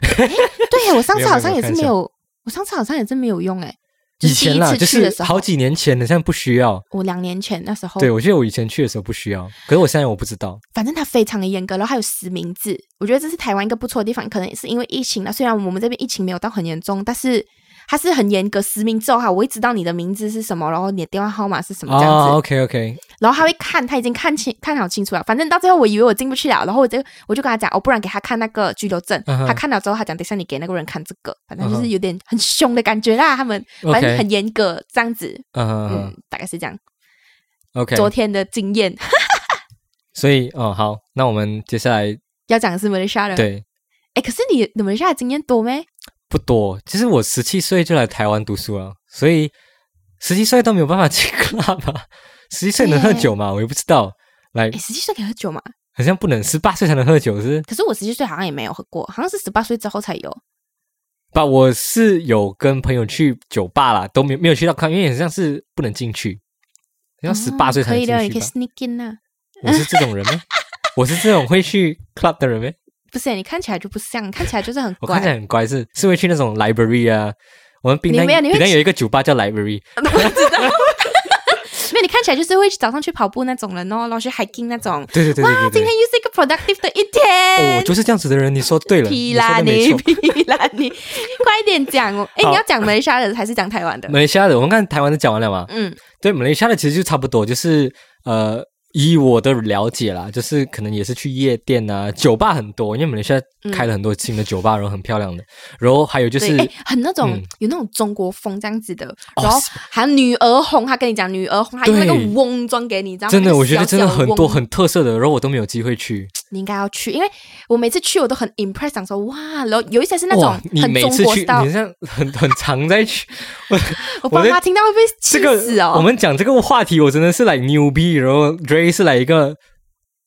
Speaker 2: 对，我上
Speaker 1: 没有
Speaker 2: 次好
Speaker 1: 没有
Speaker 2: 像也
Speaker 1: 开玩
Speaker 2: 是没
Speaker 1: 笑
Speaker 2: 有，我上次好像也是没有用哎、就
Speaker 1: 以
Speaker 2: 是第
Speaker 1: 前
Speaker 2: 一
Speaker 1: 啦，
Speaker 2: 次
Speaker 1: 就
Speaker 2: 去的时
Speaker 1: 是
Speaker 2: 候，哦
Speaker 1: 好几年前的，现在不需要。
Speaker 2: 我两年前那时候，
Speaker 1: 对，我记得我以前去的时候不需要，可是我现在我不知道。
Speaker 2: 反正它非常的严格，然后还有实名制。我觉得这是台湾一个不错的地方，可能也是因为疫情了。虽然我们这边疫情没有到很严重，但是它是很严格实名制哦哈，我会知道你的名字是什么，然后你的电话号码是什么这样子。
Speaker 1: 啊，OK OK，
Speaker 2: 然后他会看，他已经看清看好清楚了。反正到最后，我以为我进不去了，然后我就我就跟他讲，哦，不然给他看那个居留证。
Speaker 1: 嗯哼
Speaker 2: 他看了之后，他讲，等一下你给那个人看这个，反正
Speaker 1: 嗯
Speaker 2: 就是
Speaker 1: 哼
Speaker 2: 有点很凶的感觉啦。他们反正
Speaker 1: OK
Speaker 2: 很严格这样子，嗯
Speaker 1: 嗯，
Speaker 2: 大概是这样。
Speaker 1: ，OK。
Speaker 2: 昨天的经验
Speaker 1: 所以，哦，好，那我们接下来
Speaker 2: 要讲的是马来西亚人，
Speaker 1: 对
Speaker 2: 哎，可是你你们现在经验多咩？
Speaker 1: 不多。其实我十七岁就来台湾读书了，所以十七岁都没有办法 [LAUGHS] 进 club 啊。十七岁能喝
Speaker 2: 对
Speaker 1: 酒吗？我也不知道。来
Speaker 2: 哎，，十七岁可以喝酒嘛？
Speaker 1: 好像不能，十八岁才能喝酒是？
Speaker 2: 可是我十七岁好像也没有喝过，好像是十八岁之后才有。
Speaker 1: 吧，我是有跟朋友去酒吧啦，都没有没有去到看，因为好像是不能进去，好像十八岁
Speaker 2: 哦
Speaker 1: 才
Speaker 2: 可
Speaker 1: 能
Speaker 2: 以的，你
Speaker 1: 进
Speaker 2: 可
Speaker 1: 去
Speaker 2: 以
Speaker 1: 吧。
Speaker 2: sneak in 啊。
Speaker 1: 我是这种
Speaker 2: [LAUGHS]
Speaker 1: 人吗？我是这种会去 club 的人吗？
Speaker 2: 不是，你看起来就不像，看起来就是很
Speaker 1: 我看起
Speaker 2: 乖。
Speaker 1: 来很乖，是是会去那种 library 啊。我们槟
Speaker 2: 你
Speaker 1: 榔
Speaker 2: 没有你会
Speaker 1: 槟榔
Speaker 2: 去
Speaker 1: 有一个酒吧叫 library，
Speaker 2: 没有，你看起来就是会早上去跑步那种人哦，然后去 hiking 那种。
Speaker 1: 对对对
Speaker 2: 哇，
Speaker 1: 对对
Speaker 2: 今天
Speaker 1: 对。
Speaker 2: 又是一个 productive 的一
Speaker 1: 哦，
Speaker 2: 天
Speaker 1: 我。就是这样子的人，你说对了，
Speaker 2: 皮
Speaker 1: 你说
Speaker 2: 啦
Speaker 1: 的没
Speaker 2: 你，
Speaker 1: 错。
Speaker 2: 皮啦你， [LAUGHS] 快点讲哦！哎，
Speaker 1: 好
Speaker 2: 你要讲马来西亚人还是讲台湾的？
Speaker 1: 马来西亚的，我们看台湾的讲完了嘛？
Speaker 2: 嗯，
Speaker 1: 对，马来西亚的其实就差不多，就是呃，以我的了解啦，就是可能也是去夜店啊、酒吧很多，因为马来西亚开了很多新的酒吧，然后很漂亮的，然后还有就是
Speaker 2: 嗯对，哎，很那种
Speaker 1: 嗯
Speaker 2: 有那种中国风这样子的，
Speaker 1: 哦
Speaker 2: 然后
Speaker 1: 是
Speaker 2: 还有女儿红，他跟你讲女儿红，他用那个
Speaker 1: 对
Speaker 2: 翁装给你，你知道吗？
Speaker 1: 真的，
Speaker 2: 那个
Speaker 1: 我觉得真的
Speaker 2: 小小
Speaker 1: 很多
Speaker 2: 翁
Speaker 1: 很特色的，然后我都没有机会去。
Speaker 2: 你应该要去，因为我每次去我都很 impress，想说哇，然后有一些是那种
Speaker 1: 哇，你
Speaker 2: 很
Speaker 1: 每
Speaker 2: 中
Speaker 1: 次
Speaker 2: 国
Speaker 1: 去，
Speaker 2: style，
Speaker 1: 你这样很很常在去，我
Speaker 2: 我爸
Speaker 1: 我在
Speaker 2: 妈听到会被气
Speaker 1: 这个
Speaker 2: 死 [LAUGHS] 哦。
Speaker 1: 我们讲这个话题，我真的是来牛逼，然后 Ray 是来一个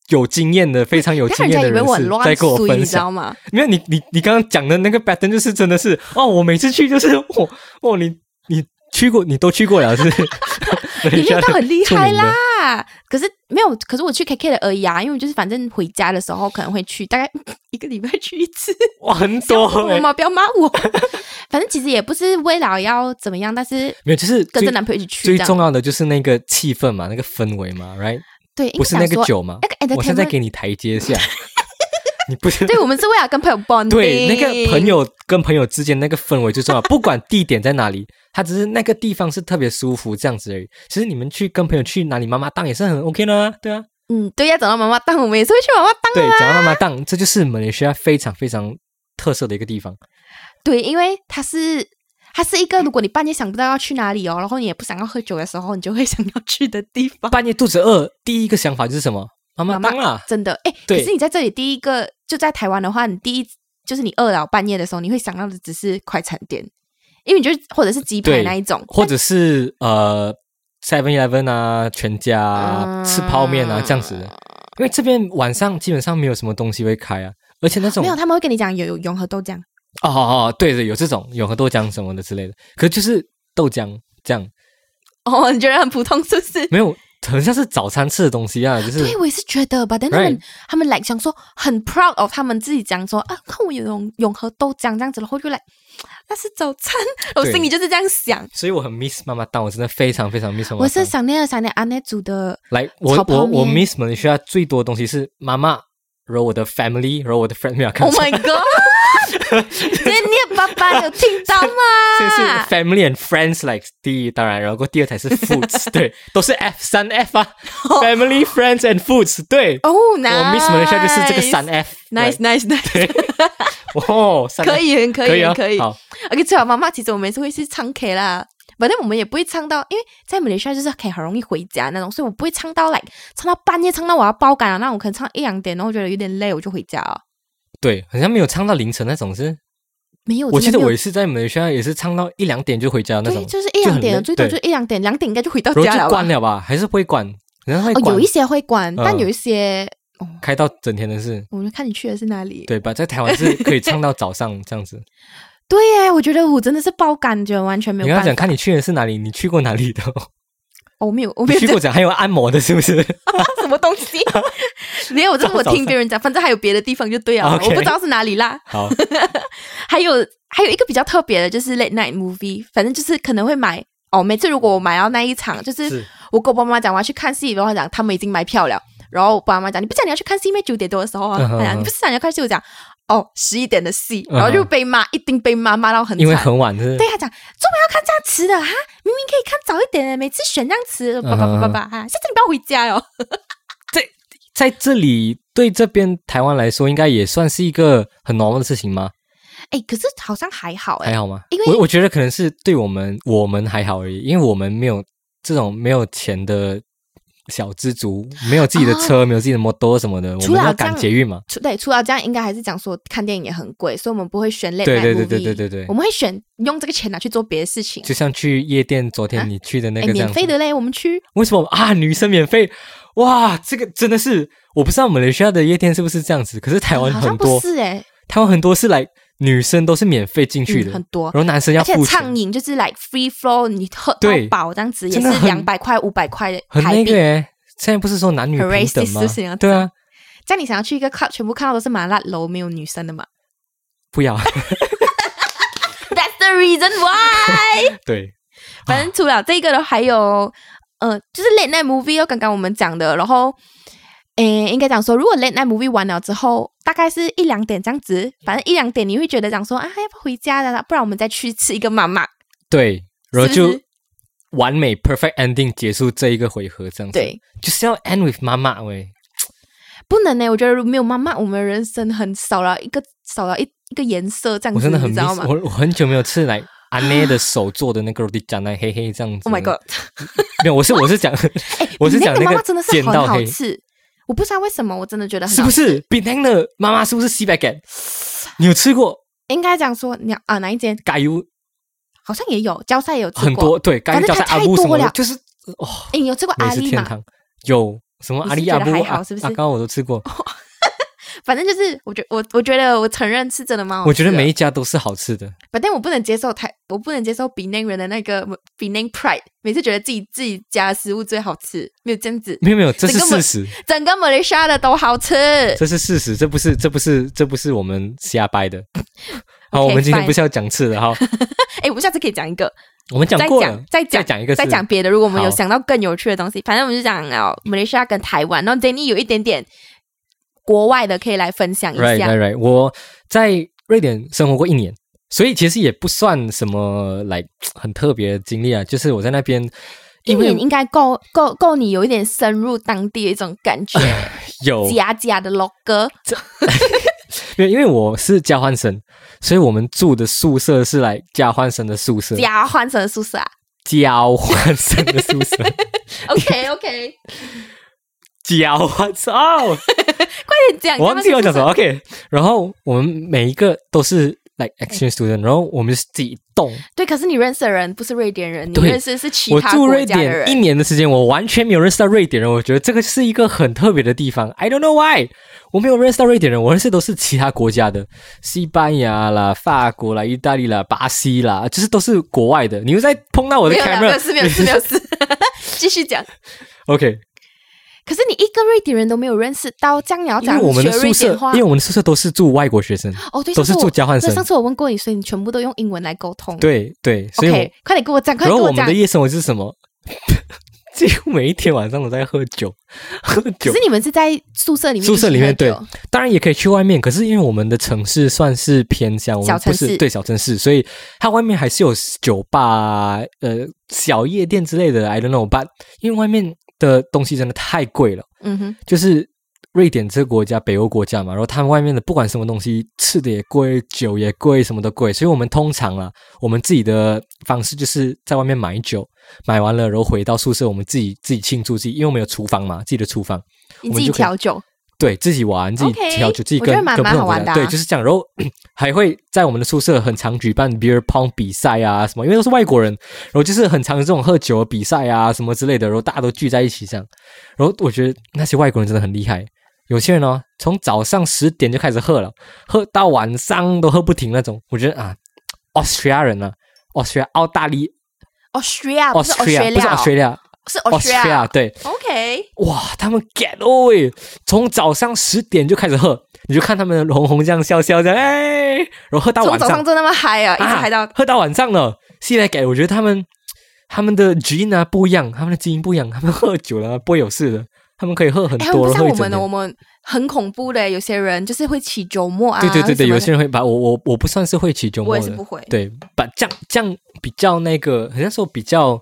Speaker 1: 有经验的、非常有
Speaker 2: 不要
Speaker 1: 经
Speaker 2: 人
Speaker 1: 验的
Speaker 2: 家以为
Speaker 1: 人
Speaker 2: 我很
Speaker 1: 士
Speaker 2: 乱
Speaker 1: 在跟我
Speaker 2: 说，
Speaker 1: 分
Speaker 2: 你知
Speaker 1: 享。[LAUGHS]
Speaker 2: 道吗？ [LAUGHS]
Speaker 1: 没有你你你刚刚讲的那个 pattern 就是真的是哦，我每次去就是哦哦你你去过你都去过了是？
Speaker 2: [LAUGHS] 你没有到很厉害
Speaker 1: 著名
Speaker 2: 啦，可是没有，可是我去 KK 的而已啊，因为我就是反正回家的时候可能会去，大概一个礼拜去一次。
Speaker 1: 哇很
Speaker 2: 笑
Speaker 1: 多
Speaker 2: 死我
Speaker 1: 欸
Speaker 2: 吗？不要骂我。反正其实也不是为了要怎么样，但是
Speaker 1: 欸没有就是
Speaker 2: 跟
Speaker 1: 最
Speaker 2: 着男朋友一起去
Speaker 1: 最
Speaker 2: 这样
Speaker 1: 重要的就是那个气氛嘛，那个氛围嘛，right？
Speaker 2: 对，
Speaker 1: 不是那个酒嘛
Speaker 2: 应该，哎想说那个 entertainment
Speaker 1: 我现在给你台阶
Speaker 2: [LAUGHS]
Speaker 1: 下，你不是
Speaker 2: 对我们是为了跟朋友 bonding，
Speaker 1: 对，那个朋友跟朋友之间那个氛围最重要，不管地点在哪里，它只是那个地方是特别舒服这样子而已。其实你们去跟朋友去哪里妈妈档也是很 OK 的、啊，对啊。
Speaker 2: 嗯，对，要找到妈妈档，我们也是会去妈妈档。
Speaker 1: 对，讲到妈妈档，这就是马来西亚非常非常特色的一个地方。
Speaker 2: 对，因为它是它是一个，如果你半夜想不到要去哪里哦，然后你也不想要喝酒的时候，你就会想要去的地方。
Speaker 1: 半夜肚子饿，第一个想法就是什么？ [LAUGHS] 妈啊妈档啦。
Speaker 2: 真的，哎、可
Speaker 1: 对
Speaker 2: 是你在这里第一个就在台湾的话，你第一就是你饿了半夜的时候，你会想到的只是快餐店，因为你就或者是鸡排
Speaker 1: 对
Speaker 2: 那一种，
Speaker 1: 或者是呃 Seven Eleven 啊，全家、啊
Speaker 2: 嗯
Speaker 1: 吃泡面啊这样子的，因为这边晚上基本上没有什么东西会开啊，而且那种
Speaker 2: 没有，他们会跟你讲有有永和豆浆，
Speaker 1: 哦哦，哦，对对，有这种永和豆浆什么的之类的，可就是豆浆这样
Speaker 2: 哦，你觉得很普通是不是？
Speaker 1: 没有，很像是早餐吃的东西啊，就是
Speaker 2: 对，我也是觉得吧，但他们他们来想说很 proud of 他们自己讲说啊，看我有永永和豆浆这样子，然后就来那是早餐，我心里就是这样想，
Speaker 1: 所以我很 miss 妈妈档，我真的非常非常 miss 妈妈档。
Speaker 2: 我是想念想念阿内煮
Speaker 1: [LAUGHS]
Speaker 2: 的，
Speaker 1: 来，我
Speaker 2: 炒泡
Speaker 1: 我我
Speaker 2: 面
Speaker 1: miss 马来西亚最多的东西是妈妈，然后我的 family，然后我的 friend 没有看
Speaker 2: Oh
Speaker 1: 错
Speaker 2: my god！所以你爸爸有听到
Speaker 1: 这 [LAUGHS] 是
Speaker 2: 吗？
Speaker 1: family and friends like 第一，当然，然后过第二才是
Speaker 2: [LAUGHS]
Speaker 1: foods，对，都是 F 三 F 啊，family friends and foods，对，
Speaker 2: 哦，
Speaker 1: 我 miss 马来西亚就是这个三 F。
Speaker 2: nice nice nice， [LAUGHS]
Speaker 1: 哦，三 F
Speaker 2: 可以很可
Speaker 1: 可以
Speaker 2: 以
Speaker 1: 啊
Speaker 2: 很可以。
Speaker 1: 好，
Speaker 2: OK，最好妈妈其实我们也是会去唱 K 啦，反正我们也不会唱到，因为在马来西亚就是 K 很容易回家那种，所以我不会唱到 like 唱到半夜唱到我要爆肝啊了，那我可能唱一两点，然后我觉得有点累，我就回家了。
Speaker 1: 对，好像没有唱到凌晨那种是。
Speaker 2: 没有，
Speaker 1: 我记
Speaker 2: 真的
Speaker 1: 得
Speaker 2: 没
Speaker 1: 我
Speaker 2: 有
Speaker 1: 也是在马来西亚，也是唱到一两点就回家那
Speaker 2: 对，
Speaker 1: 种，
Speaker 2: 就是一两
Speaker 1: 就很
Speaker 2: 点，啊
Speaker 1: 累
Speaker 2: 最多就
Speaker 1: 对
Speaker 2: 一两点，两点应该就回到
Speaker 1: 然
Speaker 2: 家
Speaker 1: 后就
Speaker 2: 了
Speaker 1: 关
Speaker 2: 吧。
Speaker 1: 了吧，还是不会关，人家会
Speaker 2: 哦，
Speaker 1: 关
Speaker 2: 有一，些会关，但
Speaker 1: 嗯
Speaker 2: 有一些，哦，
Speaker 1: 开到整天的是，
Speaker 2: 我们看你去的是哪里？
Speaker 1: 对吧？在台湾是可以唱到早上这样子。
Speaker 2: 对 [LAUGHS] 耶，我觉得我真的是爆感觉，完全没
Speaker 1: 你
Speaker 2: 有
Speaker 1: 跟他
Speaker 2: 办
Speaker 1: 讲，
Speaker 2: 法。
Speaker 1: 看你去的是哪里，你去过哪里的？
Speaker 2: 哦，我没有， [LAUGHS] 我没
Speaker 1: 你去
Speaker 2: 有
Speaker 1: 过讲还有按摩的，是不是？
Speaker 2: 什么东
Speaker 1: [LAUGHS]
Speaker 2: 西？没有，这是我听别人讲，反正还有别的地方就对了，啊
Speaker 1: OK
Speaker 2: 我不知道是哪里啦。
Speaker 1: 好，
Speaker 2: 还有还有一个比较特别的，就是 late night movie，反正就是可能会买哦。每次如果我买到那一场，就是
Speaker 1: 是
Speaker 2: 我跟我爸妈讲我要去看戏，然后讲他们已经买票了，然后我爸妈讲你不讲你要去看戏吗？九点多的时候啊，
Speaker 1: 嗯哼
Speaker 2: 他讲你不是讲你要看戏，我讲哦十一点的戏，
Speaker 1: 嗯哼
Speaker 2: 然后就被骂，一定被骂骂到很
Speaker 1: 因为
Speaker 2: 惨。
Speaker 1: 很晚是
Speaker 2: 对他讲，做么要看这样迟的哈？明明可以看早一点的，每次选这样迟，
Speaker 1: 嗯
Speaker 2: 叭叭叭叭叭哈！下次你不要回家哦哟。
Speaker 1: 在这里，对这边台湾来说，应该也算是一个很 normal 的事情吗？
Speaker 2: 哎，可是好像还好哎
Speaker 1: 还，好吗？
Speaker 2: 因为
Speaker 1: 我我觉得可能是对我们我们还好而已，因为我们没有这种没有钱的小知足，没有自己的车，没有自己的摩托什么的，我
Speaker 2: 哦除了
Speaker 1: 们要
Speaker 2: 这样
Speaker 1: 赶捷运嘛。
Speaker 2: 除对，除了这样，应该还是讲说看电影也很贵，所以我们不会选 late
Speaker 1: 对
Speaker 2: night movie，
Speaker 1: 对对对对对对
Speaker 2: 我，们会选用这个钱拿去做别的事情。
Speaker 1: 就像去夜店，昨
Speaker 2: 啊
Speaker 1: 天你去的那
Speaker 2: 哎，
Speaker 1: 个这样
Speaker 2: 免
Speaker 1: 子，
Speaker 2: 费的嘞，我们去
Speaker 1: 为什么啊？女生免费，哇，这个真的是我不知道马来西亚的夜店是不是这样子，可是台湾
Speaker 2: 好像
Speaker 1: 很
Speaker 2: 不
Speaker 1: 多，
Speaker 2: 是哎，
Speaker 1: 台湾很多是来女生都是免费进去的，
Speaker 2: 嗯很多
Speaker 1: 然后男生
Speaker 2: 而
Speaker 1: 要
Speaker 2: 且
Speaker 1: 付
Speaker 2: 畅
Speaker 1: 钱，
Speaker 2: 饮就是 like free flow，你喝到
Speaker 1: 对
Speaker 2: 饱这样子也
Speaker 1: 真
Speaker 2: 是
Speaker 1: 的很
Speaker 2: 两百块、五百块
Speaker 1: 很
Speaker 2: 台
Speaker 1: 那
Speaker 2: 币
Speaker 1: 个。诶。现在不是说男女
Speaker 2: 很
Speaker 1: 平
Speaker 2: racist，
Speaker 1: 等吗
Speaker 2: 是不是啊？
Speaker 1: 对啊，
Speaker 2: 这样你想要去一个 club，全部看到都是麻辣楼，没有女生的嘛
Speaker 1: 不 [LAUGHS] 要，
Speaker 2: ？That's the reason why。
Speaker 1: 对，
Speaker 2: 反正除了这个的，还有呃，就是 late night movie 哦，刚刚我们讲的，然后。诶，应该讲说，如果 late night movie 完了之后，大概是一两点这样子，反正一两点你会觉得讲说啊，要不回家了啦，不然我们再去吃一个妈妈。
Speaker 1: 对，然后
Speaker 2: 是不
Speaker 1: 就是完美 perfect ending 结束这一个回合，这样子，
Speaker 2: 对，
Speaker 1: 就是要 end with 妈妈喂，
Speaker 2: 不能呢，我觉得如果没有妈妈，我们人生很少了一个少了一一个颜色这样
Speaker 1: 我
Speaker 2: 子，
Speaker 1: 真的很
Speaker 2: 你知道
Speaker 1: miss，
Speaker 2: 吗
Speaker 1: 我我很久没有吃来阿内的手做的那个 roti j a n 黑黑这样子
Speaker 2: ？Oh my god！
Speaker 1: 没有，我是我是讲， [LAUGHS]
Speaker 2: 哎，
Speaker 1: 我是
Speaker 2: 你那
Speaker 1: 讲
Speaker 2: 个妈
Speaker 1: 那
Speaker 2: 妈
Speaker 1: 个
Speaker 2: 真的是
Speaker 1: 剪
Speaker 2: 很
Speaker 1: 刀
Speaker 2: 好
Speaker 1: 黑，
Speaker 2: 吃，我不知道为什么，我真的觉得很
Speaker 1: 是
Speaker 2: 好
Speaker 1: 不是 b e n a n 的妈妈是不是西北干？你有吃过
Speaker 2: 应该讲说，你啊哪一间
Speaker 1: 咖油
Speaker 2: 好像也有，交赛有吃过
Speaker 1: 很多，对，咖油叫在
Speaker 2: 反正它
Speaker 1: 阿
Speaker 2: 太
Speaker 1: 布什
Speaker 2: 多
Speaker 1: 么的
Speaker 2: 了，
Speaker 1: 就是哦，
Speaker 2: 诶，你有吃过
Speaker 1: 美
Speaker 2: 阿
Speaker 1: 食
Speaker 2: 丽
Speaker 1: 天
Speaker 2: 吗？
Speaker 1: 堂有什么
Speaker 2: 你
Speaker 1: 阿
Speaker 2: 是
Speaker 1: 里
Speaker 2: 觉
Speaker 1: 阿
Speaker 2: 得
Speaker 1: 布
Speaker 2: 还
Speaker 1: 阿
Speaker 2: 好是不哦是
Speaker 1: 阿刚我都吃过，
Speaker 2: 反正就是，我觉我我觉得我承认是真啊的蛮好吃的。
Speaker 1: 我觉得每一家都是好吃的。
Speaker 2: 反正我不能接受台，我不能接受 Penang 人的那个 Penang pride，每次觉得自己自己家的食物最好吃，没有这样子，
Speaker 1: 没有没有，这是
Speaker 2: 整个
Speaker 1: 事
Speaker 2: 马
Speaker 1: 实，
Speaker 2: 整个马来西亚的都好吃。
Speaker 1: 这是事实，这不是这不是这不是我们瞎掰
Speaker 2: [LAUGHS]
Speaker 1: 的。好，我们今天
Speaker 2: fine
Speaker 1: 不是要讲吃的哈，
Speaker 2: 哎，我们下次可以讲一个，
Speaker 1: 我们讲
Speaker 2: [LAUGHS] 再
Speaker 1: 过
Speaker 2: 讲
Speaker 1: 了，
Speaker 2: 再
Speaker 1: 再
Speaker 2: 讲
Speaker 1: 讲一个，
Speaker 2: 再讲。别的。如果我们有
Speaker 1: 好
Speaker 2: 想到更有趣的东西，反正我们就讲了马来西亚跟台湾，然后 Danny 有一点点国外的可以来分享一
Speaker 1: Right,
Speaker 2: 下。
Speaker 1: right, right。我在瑞典生活过一年，所以其实也不算什么来很特别的经历啊。就是我在那边，
Speaker 2: 一
Speaker 1: 因为
Speaker 2: 年应该够够够你有一点深入当地的一种感
Speaker 1: [LAUGHS]
Speaker 2: 觉，
Speaker 1: 有
Speaker 2: 假假的 l o g
Speaker 1: 因为因为我是交换生，所以我们住的宿舍是来交换生的宿舍，
Speaker 2: 家换成
Speaker 1: [LAUGHS]
Speaker 2: 宿舍啊。
Speaker 1: 交换生的宿
Speaker 2: [LAUGHS]
Speaker 1: 舍，
Speaker 2: OK OK，
Speaker 1: 交换生哦，
Speaker 2: 快 [LAUGHS] 点讲，
Speaker 1: 我忘记
Speaker 2: 要
Speaker 1: 我讲什么。OK，然后我们每一个都是 like exchange student，然后我们就是自己动。
Speaker 2: 对，可是你认识的人不是瑞典人，你
Speaker 1: 对
Speaker 2: 认识的是其
Speaker 1: 我
Speaker 2: 他
Speaker 1: 住
Speaker 2: 国
Speaker 1: 瑞
Speaker 2: 家的
Speaker 1: 典一
Speaker 2: 人。
Speaker 1: 年的时间，我完全没有认识到瑞典人，我觉得这个是一个很特别的地方。I don't know why，我没有认识到瑞典人，我认识都是其他国家的，西班牙啦、法国啦、意大利啦、巴西啦，就是都是国外的。你又在碰到我的
Speaker 2: 没有啦没有
Speaker 1: camera，
Speaker 2: 事，没有事，没有事。 [LAUGHS] 继续讲。
Speaker 1: [LAUGHS] OK，
Speaker 2: 可是你一个瑞典人都没有认识到，这样你要
Speaker 1: 因
Speaker 2: 哦讲
Speaker 1: 为我们的
Speaker 2: 学瑞
Speaker 1: 宿舍
Speaker 2: 典话，
Speaker 1: 因为我们的宿舍都是住外国学生，
Speaker 2: 哦，对，
Speaker 1: 都是
Speaker 2: 上次
Speaker 1: 住
Speaker 2: 我
Speaker 1: 交换
Speaker 2: 对，
Speaker 1: 生
Speaker 2: 上，次我问过你，所以你全部都用英文来沟通。
Speaker 1: 对对，所以我
Speaker 2: ，OK，快点跟我讲，快
Speaker 1: 然
Speaker 2: 点
Speaker 1: 后
Speaker 2: 跟
Speaker 1: 我们
Speaker 2: 讲
Speaker 1: 的。夜生活是什么？ [LAUGHS] 几乎每一天晚上都在喝酒，喝
Speaker 2: 可
Speaker 1: 酒
Speaker 2: 是。你们是在宿舍里面一起喝酒，
Speaker 1: 宿舍里面对当然也可以去外面，可是因为我们的城市算是偏向，我
Speaker 2: 小
Speaker 1: 们不
Speaker 2: 城市
Speaker 1: 是对小城市，所以它外面还是有酒吧啊、呃小夜店之类的。I don't know，but 因为外面的东西真的太贵了，
Speaker 2: 嗯哼，
Speaker 1: 就是。瑞典这个国家，北欧国家嘛，然后他们外面的不管什么东西，吃的也贵，酒也贵，什么都贵，所以我们通常啊，我们自己的方式就是在外面买酒，买完了然后回到宿舍，我们自己自己庆祝自己，因为我们有厨房嘛，自己的厨房，
Speaker 2: 你
Speaker 1: 我们
Speaker 2: 自己
Speaker 1: 就可以
Speaker 2: 调酒。
Speaker 1: 对自己玩，自己
Speaker 2: OK，
Speaker 1: 调酒，自己
Speaker 2: 我
Speaker 1: 跟
Speaker 2: 觉得蛮
Speaker 1: 跟不
Speaker 2: 蛮
Speaker 1: 同
Speaker 2: 好
Speaker 1: 国
Speaker 2: 玩
Speaker 1: 家
Speaker 2: 的啊
Speaker 1: 对，就是这样。然后 [COUGHS] 还会在我们的宿舍很常举办 beer pong 比赛啊什么，因为都是外国人，然后就是很常有这种喝酒的比赛啊什么之类的，然后大家都聚在一起这样。然后我觉得那些外国人真的很厉害，有些人哦，从早上十点就开始喝了，喝到晚上都喝不停那种。我觉得啊，Austria 人啊，Austria 澳大利
Speaker 2: Australia 不是
Speaker 1: Austria 不是 Australia
Speaker 2: Australia，是
Speaker 1: Austria，
Speaker 2: Austria。
Speaker 1: 对，
Speaker 2: OK，
Speaker 1: 哇，他们 get away，从早上十点就开始喝，你就看他们红红这样笑笑这样，哎，然后喝到
Speaker 2: 从
Speaker 1: 晚
Speaker 2: 早上
Speaker 1: 上，
Speaker 2: 就那么嗨啊，一直
Speaker 1: 啊
Speaker 2: 嗨到
Speaker 1: 喝到晚上了。现在给我觉得他们他们的基因啊不一样，他们的基因不一样，他们喝酒了不会有事的，他们可以喝很
Speaker 2: 哎，他们
Speaker 1: 多，
Speaker 2: 不
Speaker 1: 然后
Speaker 2: 像
Speaker 1: 一
Speaker 2: 我
Speaker 1: 整
Speaker 2: 们的，
Speaker 1: 年
Speaker 2: 我们很恐怖的。有些人就是会起周末啊，
Speaker 1: 对对对对，
Speaker 2: 什么
Speaker 1: 有
Speaker 2: 的
Speaker 1: 些人会把我我我不算是会起酒
Speaker 2: 我
Speaker 1: 末
Speaker 2: 也是
Speaker 1: 的
Speaker 2: 不，会。
Speaker 1: 对，把这样这样比较那个，好像说比较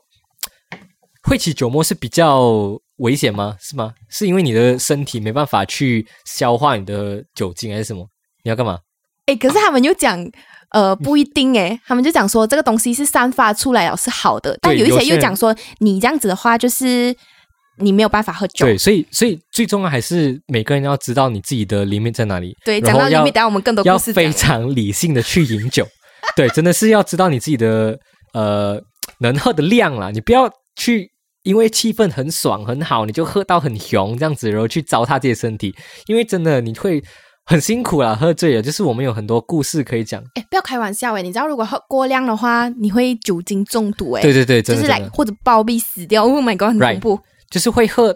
Speaker 1: 会起酒沫是比较危险吗？是吗？是因为你的身体没办法去消化你的酒精还是什么？你要干嘛？
Speaker 2: 哎，可是他们又讲。呃，不一定诶，他们就讲说这个东西是散发出来了是好的，但有一
Speaker 1: 有
Speaker 2: 些
Speaker 1: 些
Speaker 2: 又
Speaker 1: 人
Speaker 2: 讲说你这样子的话就是你没有办法喝酒。
Speaker 1: 对，所以所以最重要还是每个人要知道你自己的 limit 在哪里，
Speaker 2: 对，
Speaker 1: 然
Speaker 2: 讲
Speaker 1: 后
Speaker 2: 到里
Speaker 1: 要
Speaker 2: 面，等下我们更多
Speaker 1: 要
Speaker 2: 故事讲
Speaker 1: 非。常理性的去饮酒。 [LAUGHS] 对，真的是要知道你自己的呃能喝的量啦，你不要去因为气氛很爽很好，你就喝到很熊这样子，然后去糟蹋自己的身体，因为真的你会很辛苦啦，喝醉了。就是我们有很多故事可以讲。
Speaker 2: 哎，不要开玩笑哎，你知道如果喝过量的话，你会酒精中毒哎，
Speaker 1: 对对对，
Speaker 2: 就
Speaker 1: 真的
Speaker 2: 是
Speaker 1: 真的、
Speaker 2: 来或者暴毙死掉。Oh my god，很
Speaker 1: Right
Speaker 2: 恐怖。
Speaker 1: 就是会喝。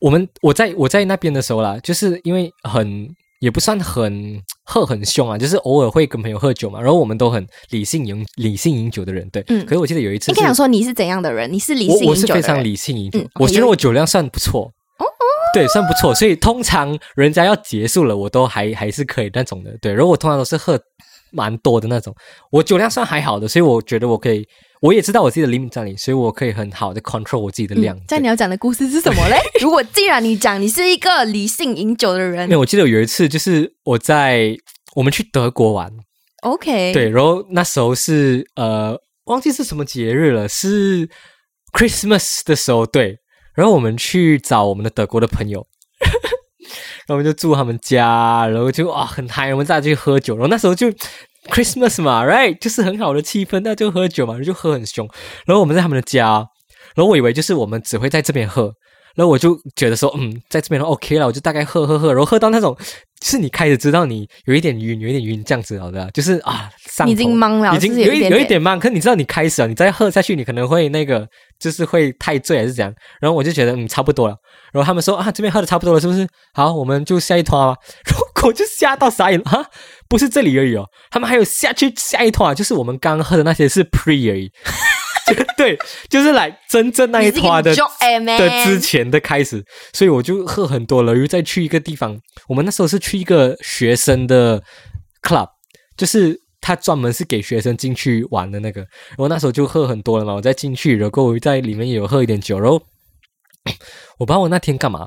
Speaker 1: 我们我在我在那边的时候啦，就是因为很也不算很喝很凶啊，就是偶尔会跟朋友喝酒嘛，然后我们都很理性饮理性饮酒的人，对。
Speaker 2: 嗯
Speaker 1: 可是我记得有一次
Speaker 2: 应
Speaker 1: 是
Speaker 2: 该讲说你是怎样的人？你是理性
Speaker 1: 我我
Speaker 2: 饮
Speaker 1: 是
Speaker 2: 酒的
Speaker 1: 非常
Speaker 2: 人。
Speaker 1: 理性饮酒，
Speaker 2: 嗯哦
Speaker 1: 我觉
Speaker 2: 有
Speaker 1: 得我酒量算不错。对，算不错，所以通常人家要结束了，我都还还是可以那种的。对，然后我通常都是喝蛮多的那种，我酒量算还好的，所以我觉得我可以，我也知道我自己的 limit 在哪里，所以我可以很好的 control 我自己的量。
Speaker 2: 嗯在
Speaker 1: 对
Speaker 2: 你要讲的故事是
Speaker 1: [LAUGHS]
Speaker 2: 什么嘞？如果既然你讲你是一个理性饮酒的人
Speaker 1: 因为我记得有一次，就是我在我们去德国玩，
Speaker 2: ，OK，
Speaker 1: 对，然后那时候是呃，忘记是什么节日了，是 Christmas 的时候，对。然后我们去找我们的德国的朋友， [LAUGHS] 然后我们就住他们家，然后就啊很嗨，我们大家去喝酒，然后那时候就 Christmas 嘛，right，就是很好的气氛，那就喝酒嘛，就喝很凶。然后我们在他们的家，然后我以为就是我们只会在这边喝，然后我就觉得说，嗯，在这边的话 OK 了，我就大概喝喝喝，然后喝到那种，就是你开始知道你有一点晕，有一点晕这样子了的，就是啊，上
Speaker 2: 你已
Speaker 1: 头
Speaker 2: 经懵了
Speaker 1: 已经
Speaker 2: 就是
Speaker 1: 有
Speaker 2: 有一
Speaker 1: 一
Speaker 2: 点
Speaker 1: 有一点
Speaker 2: 点
Speaker 1: 懵。可你知道你开始了，你再喝下去，你可能会那个，就是会太醉还是怎样。然后我就觉得嗯，差不多了。然后他们说啊，这边喝的差不多了，是不是？好，我们就下一团吧。 [LAUGHS] 然后我就吓到傻眼了啊！不是这里而已哦，他们还有下去下一团，啊就是我们刚喝的那些是 pre 而已。 [LAUGHS] 就对，就是来真正那一团的
Speaker 2: j o e
Speaker 1: 的之前的开始，所以我就喝很多了，又再去一个地方。我们那时候是去一个学生的 club，就是他专门是给学生进去玩的那个。我那时候就喝很多了嘛，我再进去，然后我在里面也有喝一点酒，然后 [COUGHS] 我不知道我那天干嘛，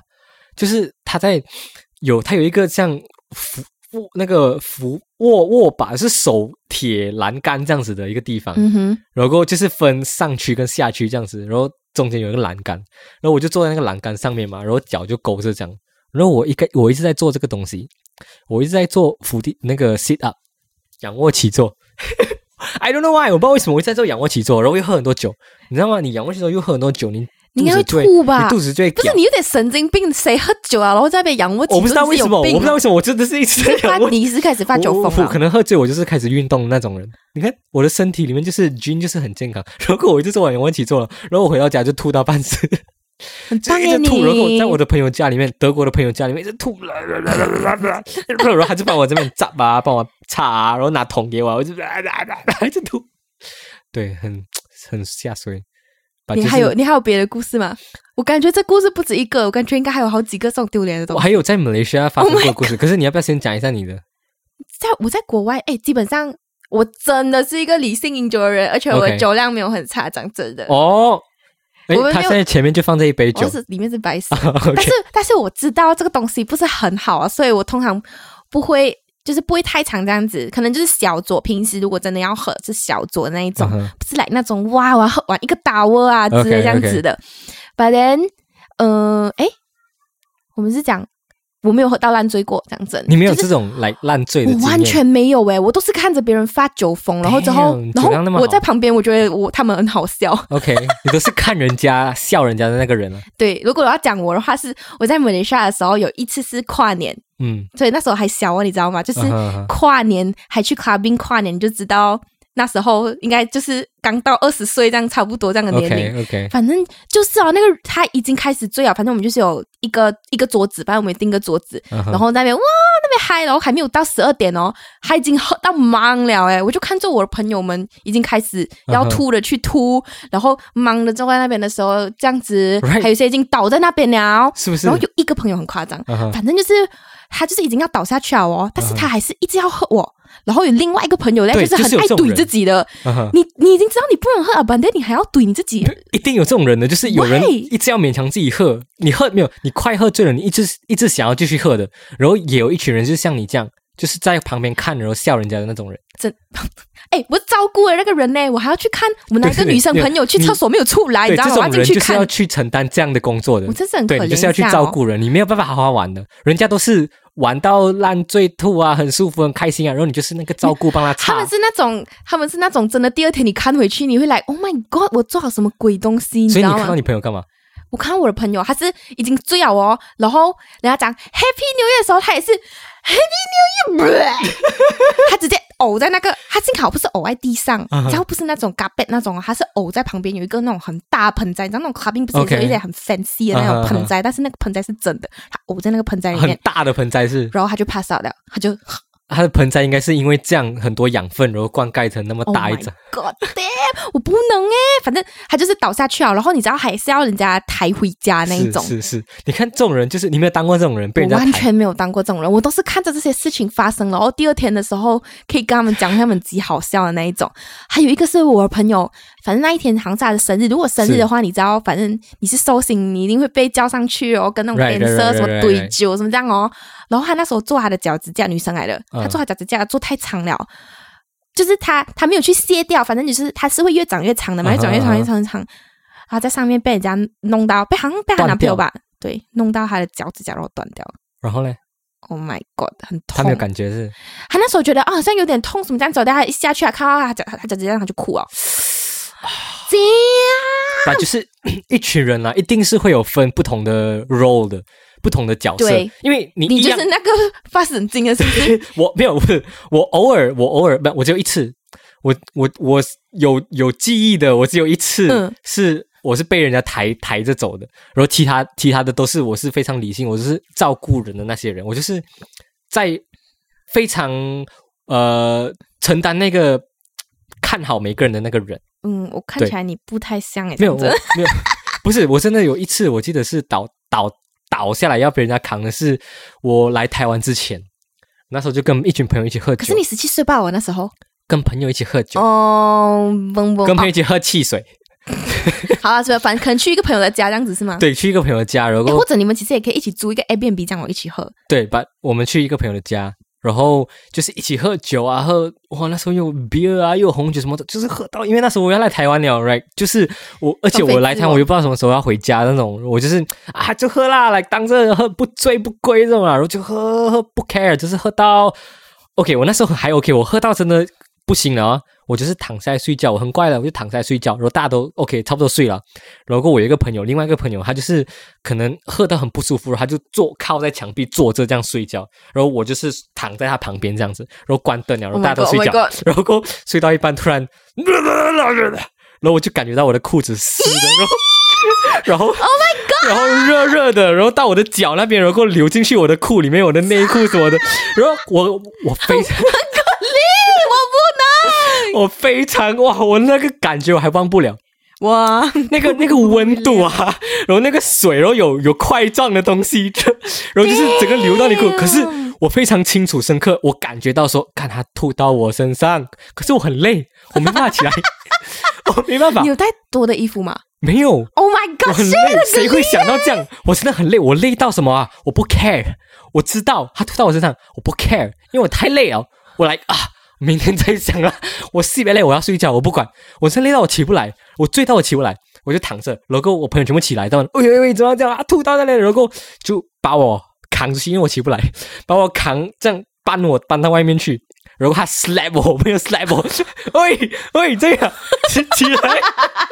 Speaker 1: 就是他在有他有一个像扶握那个扶握握把是手铁栏杆这样子的一个地方，
Speaker 2: 嗯哼，
Speaker 1: 然后就是分上区跟下区这样子，然后中间有一个栏杆，然后我就坐在那个栏杆上面嘛，然后脚就勾着这样，然后我一个我一直在做这个东西，我一直在做伏地那个 sit up 仰卧起坐 [LAUGHS] ，I don't know why 我不知道为什么我一直在做仰卧起坐，然后又喝很多酒，你知道吗？你仰卧起坐又喝很多酒，你
Speaker 2: 你
Speaker 1: 肚
Speaker 2: 应该
Speaker 1: 子
Speaker 2: 会
Speaker 1: 就会
Speaker 2: 吐吧
Speaker 1: 你肚子就会
Speaker 2: 不是
Speaker 1: 屌
Speaker 2: 你有点神经病，谁喝酒啊，然后在被仰卧起坐？
Speaker 1: 我不知道为什么，我
Speaker 2: 你是
Speaker 1: 不
Speaker 2: 有病啊
Speaker 1: 知道为什么，我真的是一直在
Speaker 2: 你是
Speaker 1: 仰
Speaker 2: 发
Speaker 1: 卧
Speaker 2: 你是开始发酒
Speaker 1: 我哦
Speaker 2: 疯啊
Speaker 1: 我可
Speaker 2: 了。
Speaker 1: 能喝醉，我就是开始运动的那种人。你看我的身体里面就是菌，就是很健康。 [LAUGHS] 如果我一直做完仰卧起坐了，然后我回到家就吐到半死，
Speaker 2: [LAUGHS] 很
Speaker 1: 就 [LAUGHS]
Speaker 2: 棒
Speaker 1: 一
Speaker 2: 耶
Speaker 1: 直
Speaker 2: 你
Speaker 1: 吐。然后我在我的朋友家里面，德国的朋友家里面一直吐， [LAUGHS] 然后他就帮我这边扎啊，帮我擦啊，然后拿桶给我，我就 [LAUGHS] 一直吐。对，很很下水。把
Speaker 2: 你
Speaker 1: 就是
Speaker 2: 还有你还有别的故事吗？我感觉这故事不止一个，我感觉应该还有好几个这种丢脸的东
Speaker 1: 我
Speaker 2: 西。
Speaker 1: 哦还有在马来西亚发生
Speaker 2: Oh my
Speaker 1: 过的故事，可是你要不要先讲一下你的？
Speaker 2: 在我在国外，哎、基本上我真的是一个理性饮酒的人，而且我的
Speaker 1: OK
Speaker 2: 酒量没有很差，讲真的。
Speaker 1: 哦，哎
Speaker 2: 我们没有，
Speaker 1: 他现在前面就放这一杯
Speaker 2: 我
Speaker 1: 酒。，
Speaker 2: 是里面是白色
Speaker 1: OK
Speaker 2: 但是但是我知道这个东西不是很好啊，所以我通常不会，就是不会太常这样子，可能就是小酌。平时如果真的要喝，是小酌那一种
Speaker 1: 嗯，哼
Speaker 2: 不是来那种哇，我要喝完一个大窝啊之
Speaker 1: OK，
Speaker 2: 类这样子的。But then，呃，哎，我们是讲我没有喝到烂醉过，讲真，
Speaker 1: 你没有
Speaker 2: 就是
Speaker 1: 这种来烂醉的
Speaker 2: 我
Speaker 1: 经验，
Speaker 2: 完全没有哎、我都是看着别人发酒疯，然后之后
Speaker 1: Damn，，
Speaker 2: 然
Speaker 1: 酒量那么
Speaker 2: 后
Speaker 1: 好
Speaker 2: 我在旁边，我觉得我他们很好笑。
Speaker 1: OK，你都是看人家笑人家的那个人了。
Speaker 2: 对，如果我要讲我的话是，我在马来西亚的时候有一次是跨年，
Speaker 1: 嗯，
Speaker 2: 所以那时候还小啊，你知道吗？就是
Speaker 1: 嗯哼嗯哼
Speaker 2: 跨年还去 clubbing 跨年，你就知道那时候应该就是刚到二十岁这样，差不多这样的年龄。
Speaker 1: OK OK，
Speaker 2: 反正就是哦，那个他已经开始醉了。反正我们就是有一个一个桌子，反正我们订个桌子，然
Speaker 1: 然
Speaker 2: 后那边哇那边嗨，然后还没有到十二点哦，他已经喝到忙了哎，我就看着我的朋友们已经开始要
Speaker 1: 嗯
Speaker 2: 吐了去吐，然后忙的坐在那边的时候这样子
Speaker 1: Right
Speaker 2: 还有些已经倒在那边了，
Speaker 1: 是不是？
Speaker 2: 然后有一个朋友很夸张，
Speaker 1: 嗯哼
Speaker 2: 反正就是他就是已经要倒下去了哦，但是他还是一直要喝我。然后有另外一个朋友呢，
Speaker 1: 对
Speaker 2: 是
Speaker 1: 就是有
Speaker 2: 很爱
Speaker 1: 这种
Speaker 2: 怼
Speaker 1: 人
Speaker 2: 自己的。
Speaker 1: 嗯
Speaker 2: [LAUGHS]
Speaker 1: 哼
Speaker 2: 你你已经知道你不能喝阿本，但你还要怼你自己，
Speaker 1: 一定有这种人的，就是有人
Speaker 2: Why？
Speaker 1: 一直要勉强自己喝，你喝没有，你快喝醉了，你一直一直想要继续喝的，然后也有一群人就是像你这样，就是在旁边看，然后笑人家的那种人。
Speaker 2: 真，哎、我照顾了那个人呢，我还要去看我哪一个
Speaker 1: 对对
Speaker 2: 女生朋友去
Speaker 1: 你
Speaker 2: 厕所没有出哎来，你
Speaker 1: 对，
Speaker 2: 知道
Speaker 1: 这
Speaker 2: 吗？
Speaker 1: 种
Speaker 2: 我进
Speaker 1: 人
Speaker 2: 去
Speaker 1: 就是
Speaker 2: 看
Speaker 1: 要，去承担这样的工作的
Speaker 2: 我，真是很可哦
Speaker 1: 对
Speaker 2: 怜、
Speaker 1: 你就是要去照。顾人，你没有办法好好玩的，人家都是玩到烂醉吐啊，很舒服很开心啊，然后你就是那个照顾帮他
Speaker 2: 他
Speaker 1: 擦
Speaker 2: 们。是那种，他们是那种，真的第二天你看回去，你会来，Oh my God，我做好什么鬼东西，你
Speaker 1: 所
Speaker 2: 知
Speaker 1: 以你
Speaker 2: 道
Speaker 1: 看
Speaker 2: 吗
Speaker 1: 到？你朋友干嘛？
Speaker 2: 我看到我的朋友，他是已经醉了哦，然后人家讲 Happy New Year 的时候，他也是 Happy
Speaker 1: [LAUGHS]
Speaker 2: New Year，他直接呕在那个，他幸好不是呕在地上，
Speaker 1: 嗯哼
Speaker 2: 然后不是那种 g a b e t 那种哦，他是呕在旁边有一个那种很大的盆栽，你知道那种 clubbing 不是有
Speaker 1: OK
Speaker 2: 时候有点很 fancy 的那
Speaker 1: 嗯哼
Speaker 2: 种盆栽但是那个盆栽是真的，他呕在那个盆栽里
Speaker 1: 很
Speaker 2: 面，
Speaker 1: 大的盆栽是，
Speaker 2: 然后他就 pass out 了，他就
Speaker 1: 它的盆栽应该是因为这样很多养分，然后灌溉成那么
Speaker 2: Oh
Speaker 1: 大一
Speaker 2: my
Speaker 1: 张。
Speaker 2: God damn！我不能哎、反正他就是倒下去了，然后你知道还是要人家抬回家那一种，
Speaker 1: 是是是，你看这种人就是你没有当过这种人，被
Speaker 2: 我
Speaker 1: 人家
Speaker 2: 完
Speaker 1: 抬
Speaker 2: 全没有当过这种人，我都是看着这些事情发生，然后第二天的时候可以跟他们讲他们极好笑的那一种。还有一个是我的朋友，反正那一天好像是他的生日，如果生日的话，你知道，反正你是寿星，你一定会被叫上去哦，跟那种
Speaker 1: Right, right, right,
Speaker 2: dancer
Speaker 1: right,
Speaker 2: 什么
Speaker 1: right,
Speaker 2: 怼
Speaker 1: right.
Speaker 2: 酒什么这样哦。然后他那时候做他的脚趾甲，女生来的，
Speaker 1: 嗯
Speaker 2: 他做他脚趾甲做太长了。就是他，他没有去卸掉，反正就是他是会越长越长的嘛，
Speaker 1: 嗯哼嗯
Speaker 2: 越长越长
Speaker 1: 哼
Speaker 2: 越长越长，然后在上面被人家弄到，被好像被她
Speaker 1: 断
Speaker 2: 男朋
Speaker 1: 掉
Speaker 2: 友吧，对，弄到她的脚趾甲然后断掉了。
Speaker 1: 然后呢，
Speaker 2: Oh my god，很痛。
Speaker 1: 他没有感觉是 [LAUGHS]
Speaker 2: 他那时候觉得啊、好像有点痛，什么这样走，但他一下去啊，看到他脚，他脚趾甲，他
Speaker 1: [SIGHS]
Speaker 2: 就哭啊了。这
Speaker 1: 啊，就是 [COUGHS] 一群人啊啦、一定是会有分不同的 role 的，不同的角色
Speaker 2: 对。
Speaker 1: 因为你
Speaker 2: 你
Speaker 1: 一
Speaker 2: 就
Speaker 1: 样，
Speaker 2: 是那个发神经的，是不是？
Speaker 1: 我没有， [LAUGHS] 我我偶尔，我偶尔，不，我只有一次，我我我有有记忆的，我只有一次、
Speaker 2: 嗯
Speaker 1: 是我是被人家抬抬着走的，然后其他其他的都是我是非常理性，我就是照顾人的那些人，我就是在非常呃承担那个看好每个人的那个人。
Speaker 2: 嗯，我看
Speaker 1: 对
Speaker 2: 起来你不太像哎，
Speaker 1: 没有，我
Speaker 2: 这样子
Speaker 1: 没有， [LAUGHS] 不是，我真的有一次，我记得是倒倒倒下来要被人家扛的是我来台湾之前，那时候就跟一群朋友一起喝酒，啊
Speaker 2: 可是你十七岁吧？我那时候
Speaker 1: 跟朋友一起喝酒，
Speaker 2: 哦，嗡嗡，
Speaker 1: 跟朋
Speaker 2: 哦
Speaker 1: 友一起喝汽水，
Speaker 2: 好啊，是吧？反正可能去一个朋友的家这样子是吗？
Speaker 1: 对，去一个朋友家，然
Speaker 2: 诶。
Speaker 1: 后
Speaker 2: 或者你们其实也可以一起租一个 Airbnb，这样我一起喝。
Speaker 1: 对，把我们去一个朋友的家。然后就是一起喝酒啊，喝哇，那时候有 beer 啊，又有红酒什么的，就是喝到，因为那时候我要来台湾了，right？就是我，而且
Speaker 2: 哦放飞
Speaker 1: 我来
Speaker 2: 自
Speaker 1: 台湾，
Speaker 2: 我
Speaker 1: 我又不知道什么时候要回家那种，我就是啊，就喝啦，来当着喝不醉不归这种啊，然后就喝喝不 care，就是喝到 OK，我那时候还 OK，我喝到真的不行了、啊，我就是躺下来睡觉，我很乖的，我就躺下来睡觉，然后大家都 OK，差不多睡了。然后我有一个朋友，另外一个朋友，他就是可能喝到很不舒服，然后他就坐靠在墙壁坐着这样睡觉，然后我就是躺在他旁边这样子，然后关灯了，然后
Speaker 2: Oh my
Speaker 1: 大家都
Speaker 2: god,
Speaker 1: 睡
Speaker 2: oh my
Speaker 1: 觉 [LAUGHS]
Speaker 2: god
Speaker 1: 然后过后睡到一半突然， [LAUGHS] 然后我就感觉到我的裤子湿了，然后。
Speaker 2: [LAUGHS]
Speaker 1: 然后，Oh my God！然后热热的，然后到我的脚那边，然后流进去我的裤里面，我的内裤什么的。然后我我非常 [LAUGHS] 我非常哇，我那个感觉我还忘不了，
Speaker 2: 我不能哇，
Speaker 1: 那个那个温度
Speaker 2: [LAUGHS]
Speaker 1: 啊，然后那个水，然后有有块状的东西，就然后就是整个流到你裤。
Speaker 2: Damn
Speaker 1: 可是我非常清楚深刻，我感觉到说，看他吐到我身上，可是我很累，我没办法起来，我没办法
Speaker 2: [LAUGHS] 你，有带多的衣服吗
Speaker 1: 没有。
Speaker 2: ？Oh my
Speaker 1: 我
Speaker 2: god，
Speaker 1: 很
Speaker 2: 谁
Speaker 1: 累，谁会想到这样？我真的很累，我累到什么啊？我不 care，我知道他吐到我身上，我不 care，因为我太累了。我来啊，明天再想啦。 [LAUGHS] 我特别累，我要睡觉，我不管。我真的累到我起不来，我醉到我起不来，我就躺着。然后我朋友全部起来，他们哎呦哎呦，怎么这样啊？吐到那里，然后就把我扛出去，因为我起不来，把我扛这样搬我搬到外面去。然后他 slap 我，我朋友 slap 我， [LAUGHS] 喂喂，这样起起来，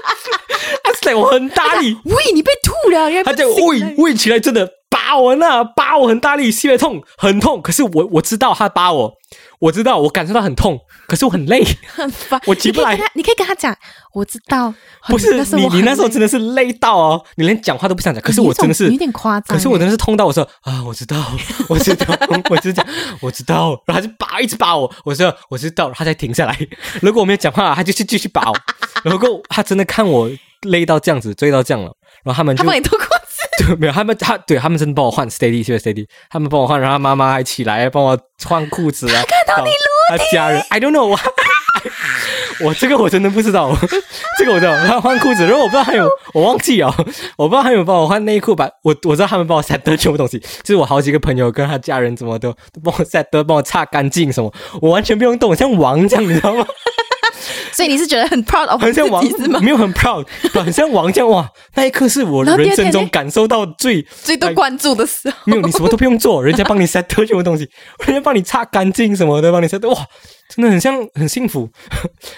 Speaker 1: [LAUGHS] 他 slap 我很大力，
Speaker 2: 喂，你被吐了，你
Speaker 1: [LAUGHS]
Speaker 2: 还
Speaker 1: 他
Speaker 2: 不
Speaker 1: 就
Speaker 2: 醒
Speaker 1: 喂
Speaker 2: 来
Speaker 1: 喂起来，真的把咬我那扒我很大力，系列痛，很痛。可是我我知道他扒我，我知道我感受到很痛，可是我很累。
Speaker 2: 很烦。
Speaker 1: 我急
Speaker 2: 你可以
Speaker 1: 不来
Speaker 2: 跟他，你可以跟他讲，我知道，很
Speaker 1: 不是
Speaker 2: 那时候
Speaker 1: 你
Speaker 2: 我，
Speaker 1: 你
Speaker 2: 很
Speaker 1: 那时候
Speaker 2: 累
Speaker 1: 真的是累到哦，你连讲话都不想讲。可是我真的是
Speaker 2: 你有一种有点夸张欸
Speaker 1: 可是我真的是痛到我说啊，我知道，我知道，我知道，我知道，然后他就扒，一直扒我，我说我知道，他才停下来。如果我没有讲话，他就去继续扒我。如果他真的看我累到这样子，追到这样了，然后他们就
Speaker 2: 他帮你脱裤子，
Speaker 1: [LAUGHS] 对没有他们他对他们真的帮我换 steady 是不是 steady？他们帮我换，然后他妈妈还起来帮我换裤子啊，看到你他家人，I don't know 我。 [LAUGHS] 我这个我真的不知道， [LAUGHS] 这个我知道，他换裤子，然后我不知道还
Speaker 2: [LAUGHS]
Speaker 1: 有，我忘记哦，我不知道还有帮我换内裤吧，我我知道他们帮我 set 的全部东西，就是我好几个朋友跟他家人怎么都都帮我 set 的，帮我擦干净什么，我完全不用动，像王这样，你知道
Speaker 2: [LAUGHS]
Speaker 1: 吗？
Speaker 2: 所以你是觉得很 proud of
Speaker 1: 很像王
Speaker 2: 自己是吗，？
Speaker 1: 没有很 proud，很像王这样哇，那一刻是我
Speaker 2: 然后第二
Speaker 1: 人生
Speaker 2: 天
Speaker 1: 中
Speaker 2: 呢
Speaker 1: 感受到最
Speaker 2: 最多关注的时候，
Speaker 1: [LAUGHS] 没有，你什么都不用做，人家帮你 set 全部东西，人家帮你擦干净什么的，帮你 set，哇，真的很像很幸福。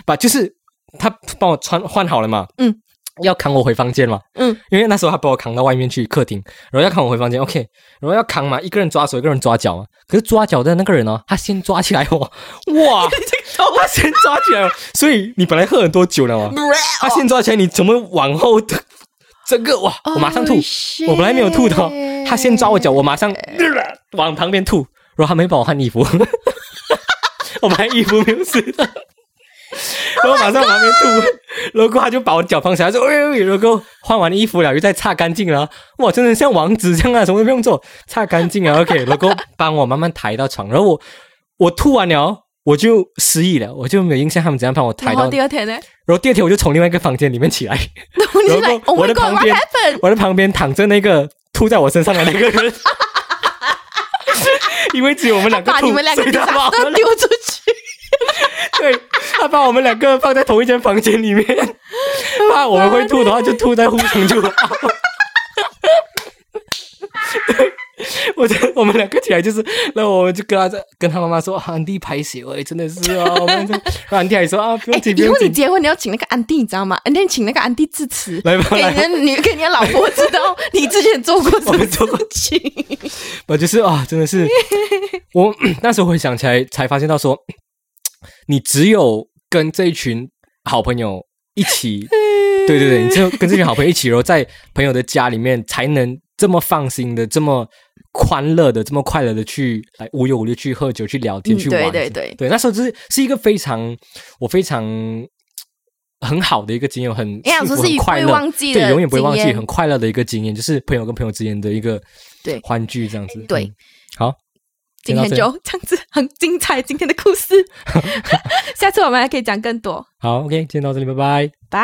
Speaker 1: 把就是他帮我穿换好了嘛，
Speaker 2: 嗯，
Speaker 1: 要扛我回房间嘛，
Speaker 2: 嗯，
Speaker 1: 因为那时候他把我扛到外面去客厅，然后要扛我回房间，OK，然后要扛嘛，一个人抓手，一个人抓脚嘛。可是抓脚的那个人哦，他先抓起来我，哇，他先抓起来我，所以你本来喝很多酒了嘛，
Speaker 2: 嗯
Speaker 1: 他先抓起来，你怎么往后整个哇，我马上吐
Speaker 2: Oh,，
Speaker 1: 我本来没有吐的哦，
Speaker 2: shit
Speaker 1: 他先抓我脚，我马上往旁边吐，然后他没帮我换衣服， [LAUGHS] 我把衣服没有湿的。
Speaker 2: Oh
Speaker 1: 然后马上往旁边吐，然后他就把我脚放下来说：“哎呦，然后换完衣服了，又再擦干净了。哇，真的像王子这样啊，什么都不用做，擦干净啊。OK，然后帮我慢慢抬到床。然后我我吐完了，我就失忆了，我就没有印象他们怎样帮我抬
Speaker 2: 然
Speaker 1: 到。
Speaker 2: 后第二天呢？
Speaker 1: 然后第二天我就从另外一个房间里面起
Speaker 2: [LAUGHS]
Speaker 1: 来，
Speaker 2: 然后你就
Speaker 1: 然
Speaker 2: like
Speaker 1: 后
Speaker 2: Oh
Speaker 1: 我
Speaker 2: my
Speaker 1: 的
Speaker 2: God,
Speaker 1: 旁
Speaker 2: what
Speaker 1: 边
Speaker 2: happened？
Speaker 1: [LAUGHS] 我的旁边躺着那个吐在我身上的那个
Speaker 2: [LAUGHS]
Speaker 1: 人，因为只有我们两个
Speaker 2: 把
Speaker 1: 吐，
Speaker 2: 你们两个
Speaker 1: 所以他把我
Speaker 2: 都
Speaker 1: 们
Speaker 2: 丢出去，
Speaker 1: [LAUGHS] 对，他把我们两个放在同一间房间里面，怕我们会吐的话就吐在呼上就好。 [LAUGHS] 对，我就我们两个起来就是，然后我们就跟他在跟他妈妈说，啊安迪排血，哎，真的是啊，我们就，然后安迪还说啊，不
Speaker 2: 哎
Speaker 1: 用，紧，不
Speaker 2: 以
Speaker 1: 用
Speaker 2: 后你
Speaker 1: 紧，
Speaker 2: 结婚你要请那个安迪，你知道吗？你要请那个安迪致辞，
Speaker 1: 来吧
Speaker 2: 给
Speaker 1: 来
Speaker 2: 你
Speaker 1: 吧
Speaker 2: 的女给你的老婆知道你之前做过
Speaker 1: [LAUGHS]
Speaker 2: 什
Speaker 1: 我
Speaker 2: 么
Speaker 1: 们做过
Speaker 2: 事情。
Speaker 1: 我就是啊，真的
Speaker 2: [LAUGHS]
Speaker 1: 是我那时候回想起来，才发现到说，你只有跟这一群好朋友一
Speaker 2: [LAUGHS]
Speaker 1: 起，对对对，你只有跟这群好朋友一起，然后在朋友的家里面，才能这么放心的、这么欢乐的、这么快乐的去来无忧无虑去喝酒、去聊天、
Speaker 2: 嗯
Speaker 1: 去玩。
Speaker 2: 对对对
Speaker 1: 对，那时候就是是一个非常我非常。很好的一个经验，很
Speaker 2: 哎呀
Speaker 1: 幸福
Speaker 2: 说是
Speaker 1: 很
Speaker 2: 一
Speaker 1: 快乐，
Speaker 2: 不会忘记的
Speaker 1: 对，永远不会忘记，
Speaker 2: 经验
Speaker 1: 很快乐的一个经验，就是朋友跟朋友之间的一个
Speaker 2: 对
Speaker 1: 欢聚这样子。
Speaker 2: 对
Speaker 1: 嗯好，
Speaker 2: 今天
Speaker 1: 先到
Speaker 2: 就这样子，很精彩今天的故
Speaker 1: [LAUGHS]
Speaker 2: 事， [LAUGHS] 下次我们还可以讲更多。
Speaker 1: 这好，OK，今天到这里，拜拜。
Speaker 2: 拜。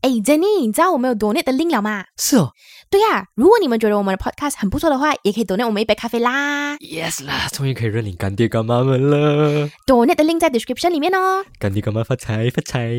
Speaker 2: 哎，Jenny，你知道我们有 donate 的 link 了吗？
Speaker 1: 是哦
Speaker 2: 对呀、如果你们觉得我们的 podcast 很不错的话，也可以 donate 我们一杯咖啡啦。
Speaker 1: ，Yes 啦，啊终于可以认领干爹干妈们了，
Speaker 2: donate 的 link 在 description 里面哦。
Speaker 1: 干爹干妈发财发财。